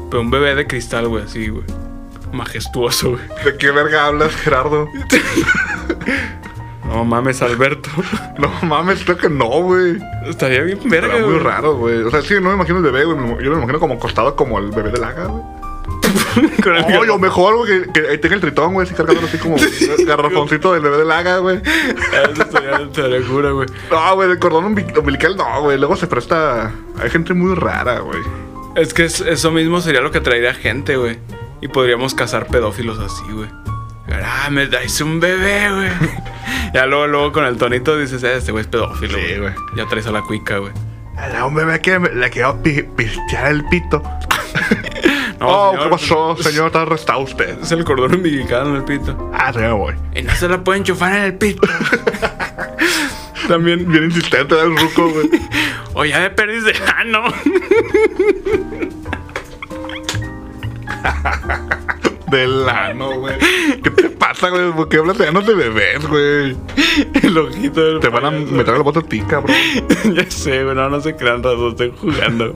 Speaker 2: Pero un bebé de cristal, güey, así, güey. Majestuoso, güey.
Speaker 5: ¿De qué verga hablas, Gerardo?
Speaker 2: No mames, Alberto.
Speaker 5: No mames, creo que no, güey.
Speaker 2: Estaría bien verga,
Speaker 5: Era muy
Speaker 2: güey.
Speaker 5: raro, güey. O sea, sí, no me imagino el bebé, güey. Yo me lo imagino como acostado como el bebé de Laga, güey.
Speaker 2: Con el
Speaker 5: Oye, o mejor, güey, que, que ahí tenga el tritón, güey, así cargándolo así como garrafoncito del bebé de Laga, güey.
Speaker 2: Eso estaría, estaría cura, güey.
Speaker 5: No, güey, el cordón umbi- umbilical no, güey. Luego se presta. Hay gente muy rara, güey.
Speaker 2: Es que es- eso mismo sería lo que atraería gente, güey. Y podríamos cazar pedófilos así, güey. Ah, me dais un bebé, güey. ya luego, luego con el tonito dices, "Eh, este güey es pedófilo,
Speaker 5: Sí,
Speaker 2: güey.
Speaker 5: güey.
Speaker 2: ya traes a la cuica, güey.
Speaker 5: Era un bebé que me- le quedó pi- pistear el pito.
Speaker 2: No,
Speaker 5: oh,
Speaker 2: señor,
Speaker 5: ¿qué pasó, señor? Está arrestado usted.
Speaker 2: Es el cordón umbilical en el pito.
Speaker 5: Ah, señor, voy.
Speaker 2: Y no se la puede enchufar en el pito. También.
Speaker 5: Bien insistente del ruco, güey.
Speaker 2: O ya me perdiste. Ah, no.
Speaker 5: Del ano, güey. ¿Qué te pasa, güey? ¿Por qué hablas de anos de bebés, güey?
Speaker 2: el ojito del
Speaker 5: Te van a
Speaker 2: payaso.
Speaker 5: meter el bote a ti, cabrón.
Speaker 2: ya sé, güey. No, no se crean razón. Estoy jugando.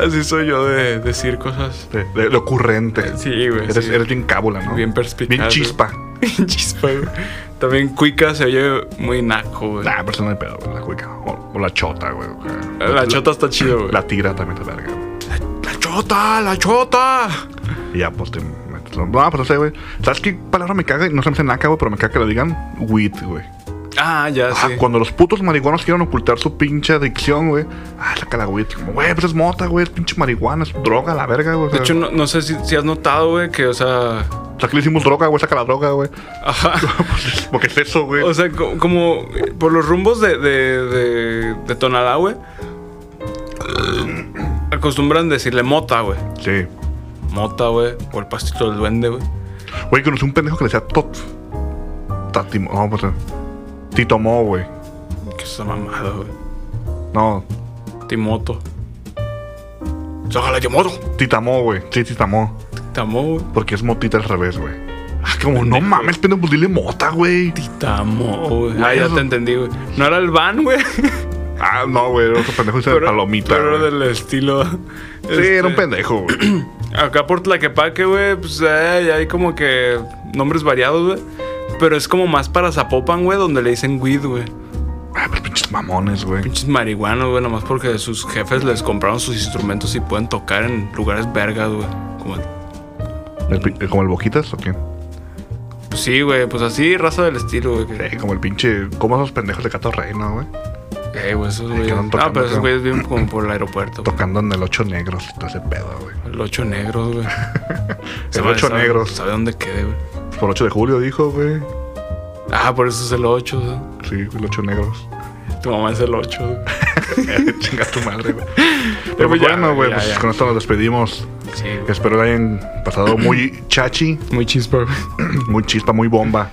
Speaker 2: así soy yo de decir cosas.
Speaker 5: De, de- de ocurrente.
Speaker 2: Sí, güey.
Speaker 5: Eres,
Speaker 2: sí.
Speaker 5: eres bien cábula, ¿no?
Speaker 2: Bien perspicaz,
Speaker 5: Bien
Speaker 2: güey.
Speaker 5: chispa.
Speaker 2: Chispa, güey. También Cuica se oye muy naco, güey.
Speaker 5: Nah, Ah, pero eso no hay pedo, güey. La cuica. O, o la chota, güey.
Speaker 2: La chota está chido, güey.
Speaker 5: La tira también te verga, güey.
Speaker 2: ¡La chota! ¡La chota!
Speaker 5: Y ya, pues te metes. No, pues no sé, güey. ¿Sabes qué palabra me caga? No se me hace naca, güey, pero me caga que lo digan. Wheat, güey.
Speaker 2: Ah, ya,
Speaker 5: Ajá,
Speaker 2: sí.
Speaker 5: Cuando los putos marihuanos quieren ocultar su pinche adicción, güey. Ah, saca la güey. Como, güey, pues es mota, güey. Es pinche marihuana, es droga, la verga, güey. O
Speaker 2: De
Speaker 5: sea,
Speaker 2: hecho, no, no sé si, si has notado, güey, que, o sea.
Speaker 5: o sea, que le hicimos droga, güey. Saca la droga, güey.
Speaker 2: Ajá.
Speaker 5: Pues, Porque es eso, güey.
Speaker 2: O sea, co- como eh, por los rumbos de, de, de, de Tonalá, güey. Acostumbran decirle mota, güey.
Speaker 5: sí.
Speaker 2: Mota, güey. O el pastito del duende, güey.
Speaker 5: Güey, conocí un pendejo que le decía Tot. Tatimo. No, pues. eh, Tito Mo, güey.
Speaker 2: Que esa mamada, güey.
Speaker 5: No,
Speaker 2: Timoto.
Speaker 5: Pues,
Speaker 2: Sácala, Timoto.
Speaker 5: Titamo, güey. Sí, Titamo.
Speaker 2: Tamo, güey.
Speaker 5: Porque es motita al revés, güey. Ah, como, no mames, pendejo, pues dile mota, güey.
Speaker 2: Tamo, güey. Ah,
Speaker 5: Güey,
Speaker 2: ya
Speaker 5: eso-
Speaker 2: te entendí, güey. No era el van, güey.
Speaker 5: Ah, no, güey, era otro pendejo dice palomita.
Speaker 2: Pero
Speaker 5: güey.
Speaker 2: del este estilo.
Speaker 5: Sí, era un pendejo, güey.
Speaker 2: Acá por Tlaquepaque, güey, pues eh, hay como que nombres variados, güey. Pero es como más para Zapopan, güey, donde le dicen weed, güey.
Speaker 5: Ah, pero pinches mamones, güey.
Speaker 2: Pinches marihuanos, güey, nomás porque sus jefes les compraron sus instrumentos y pueden tocar en lugares vergas, güey. Como,
Speaker 5: El pi- eh, ¿Como el Boquitas o qué?
Speaker 2: pues, sí, güey, pues así, raza del estilo, güey. que-
Speaker 5: Sí, como el pinche. Como esos pendejos de Cato Reino, güey.
Speaker 2: Eh, güey, esos güeyes.
Speaker 5: andan
Speaker 2: No,
Speaker 5: tocando,
Speaker 2: pero esos
Speaker 5: creo.
Speaker 2: güeyes viven como por el aeropuerto, güey.
Speaker 5: Tocando en el Ocho Negros y todo ese pedo, güey.
Speaker 2: El ocho negros, güey.
Speaker 5: El
Speaker 2: Sabe-
Speaker 5: Ocho
Speaker 2: sabe-
Speaker 5: Negros.
Speaker 2: Sabe dónde quede, güey.
Speaker 5: Por 8 de julio dijo, güey.
Speaker 2: Ah, por eso es el ocho, güey.
Speaker 5: Sí, el Ocho Negros.
Speaker 2: Tu mamá es el ocho, güey.
Speaker 5: Chinga tu madre, güey.
Speaker 2: pues
Speaker 5: Pero pues
Speaker 2: ya,
Speaker 5: bueno, güey,
Speaker 2: ya,
Speaker 5: pues
Speaker 2: ya.
Speaker 5: con esto nos despedimos.
Speaker 2: Sí, güey.
Speaker 5: Espero que hayan pasado muy chachi,
Speaker 2: Muy chispa, güey.
Speaker 5: muy chispa, muy bomba.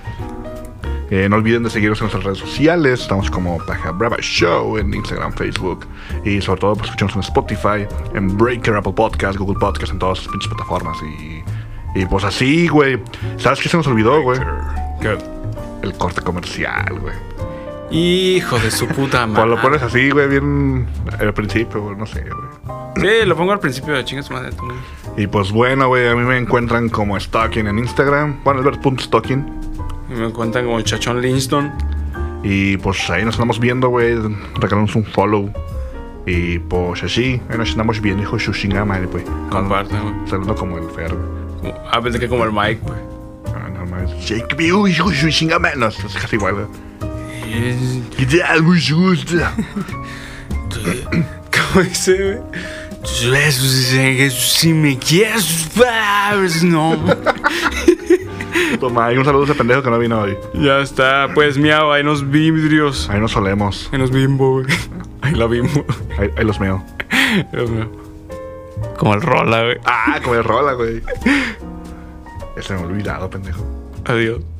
Speaker 5: Eh, no olviden de seguirnos en nuestras redes sociales. Estamos como Paja Brava Show en Instagram, Facebook. Y sobre todo, pues, escucharnos en Spotify, en Breaker, Apple Podcast, Google Podcast, en todas sus pinches plataformas. Y, y pues así, güey. ¿Sabes qué se nos olvidó, güey? El corte comercial, güey.
Speaker 2: Hijo de su puta madre.
Speaker 5: Cuando lo pones así, güey, bien al principio, güey, no sé, güey.
Speaker 2: Sí, lo pongo al principio de chingas madre. tú, güey.
Speaker 5: Y pues bueno, güey, a mí me encuentran como Stalking en Instagram. Bueno, Albert.stalking.
Speaker 2: Y me cuentan como Chachón Linston.
Speaker 5: Y pues ahí nos andamos viendo, güey. Regálanos un follow. Y pues así, ahí nos andamos viendo, hijo de su chingada madre, pues.
Speaker 2: Compartan, güey.
Speaker 5: Saludo como el Fer, güey.
Speaker 2: Como- Ah, pensé que como el Mike, güey.
Speaker 5: Ah, no mames. Shake me, uy, hijo de su chingada madre. No, es casi igual, güey.
Speaker 2: Y-
Speaker 5: ¿Qué tal, güey? Gusta.
Speaker 2: ¿Cómo dice, güey? Si me quieres, pues, no.
Speaker 5: Toma, y un saludo a ese pendejo que no vino hoy.
Speaker 2: Ya está, pues miau, ahí nos vidrios.
Speaker 5: Ahí nos solemos.
Speaker 2: Ahí nos bimbo, güey. Ahí la bimbo.
Speaker 5: Ahí, ahí los meo.
Speaker 2: Dios mío. Como el rola, güey.
Speaker 5: Ah, como de rola, güey. Ya se me ha olvidado, pendejo.
Speaker 2: Adiós.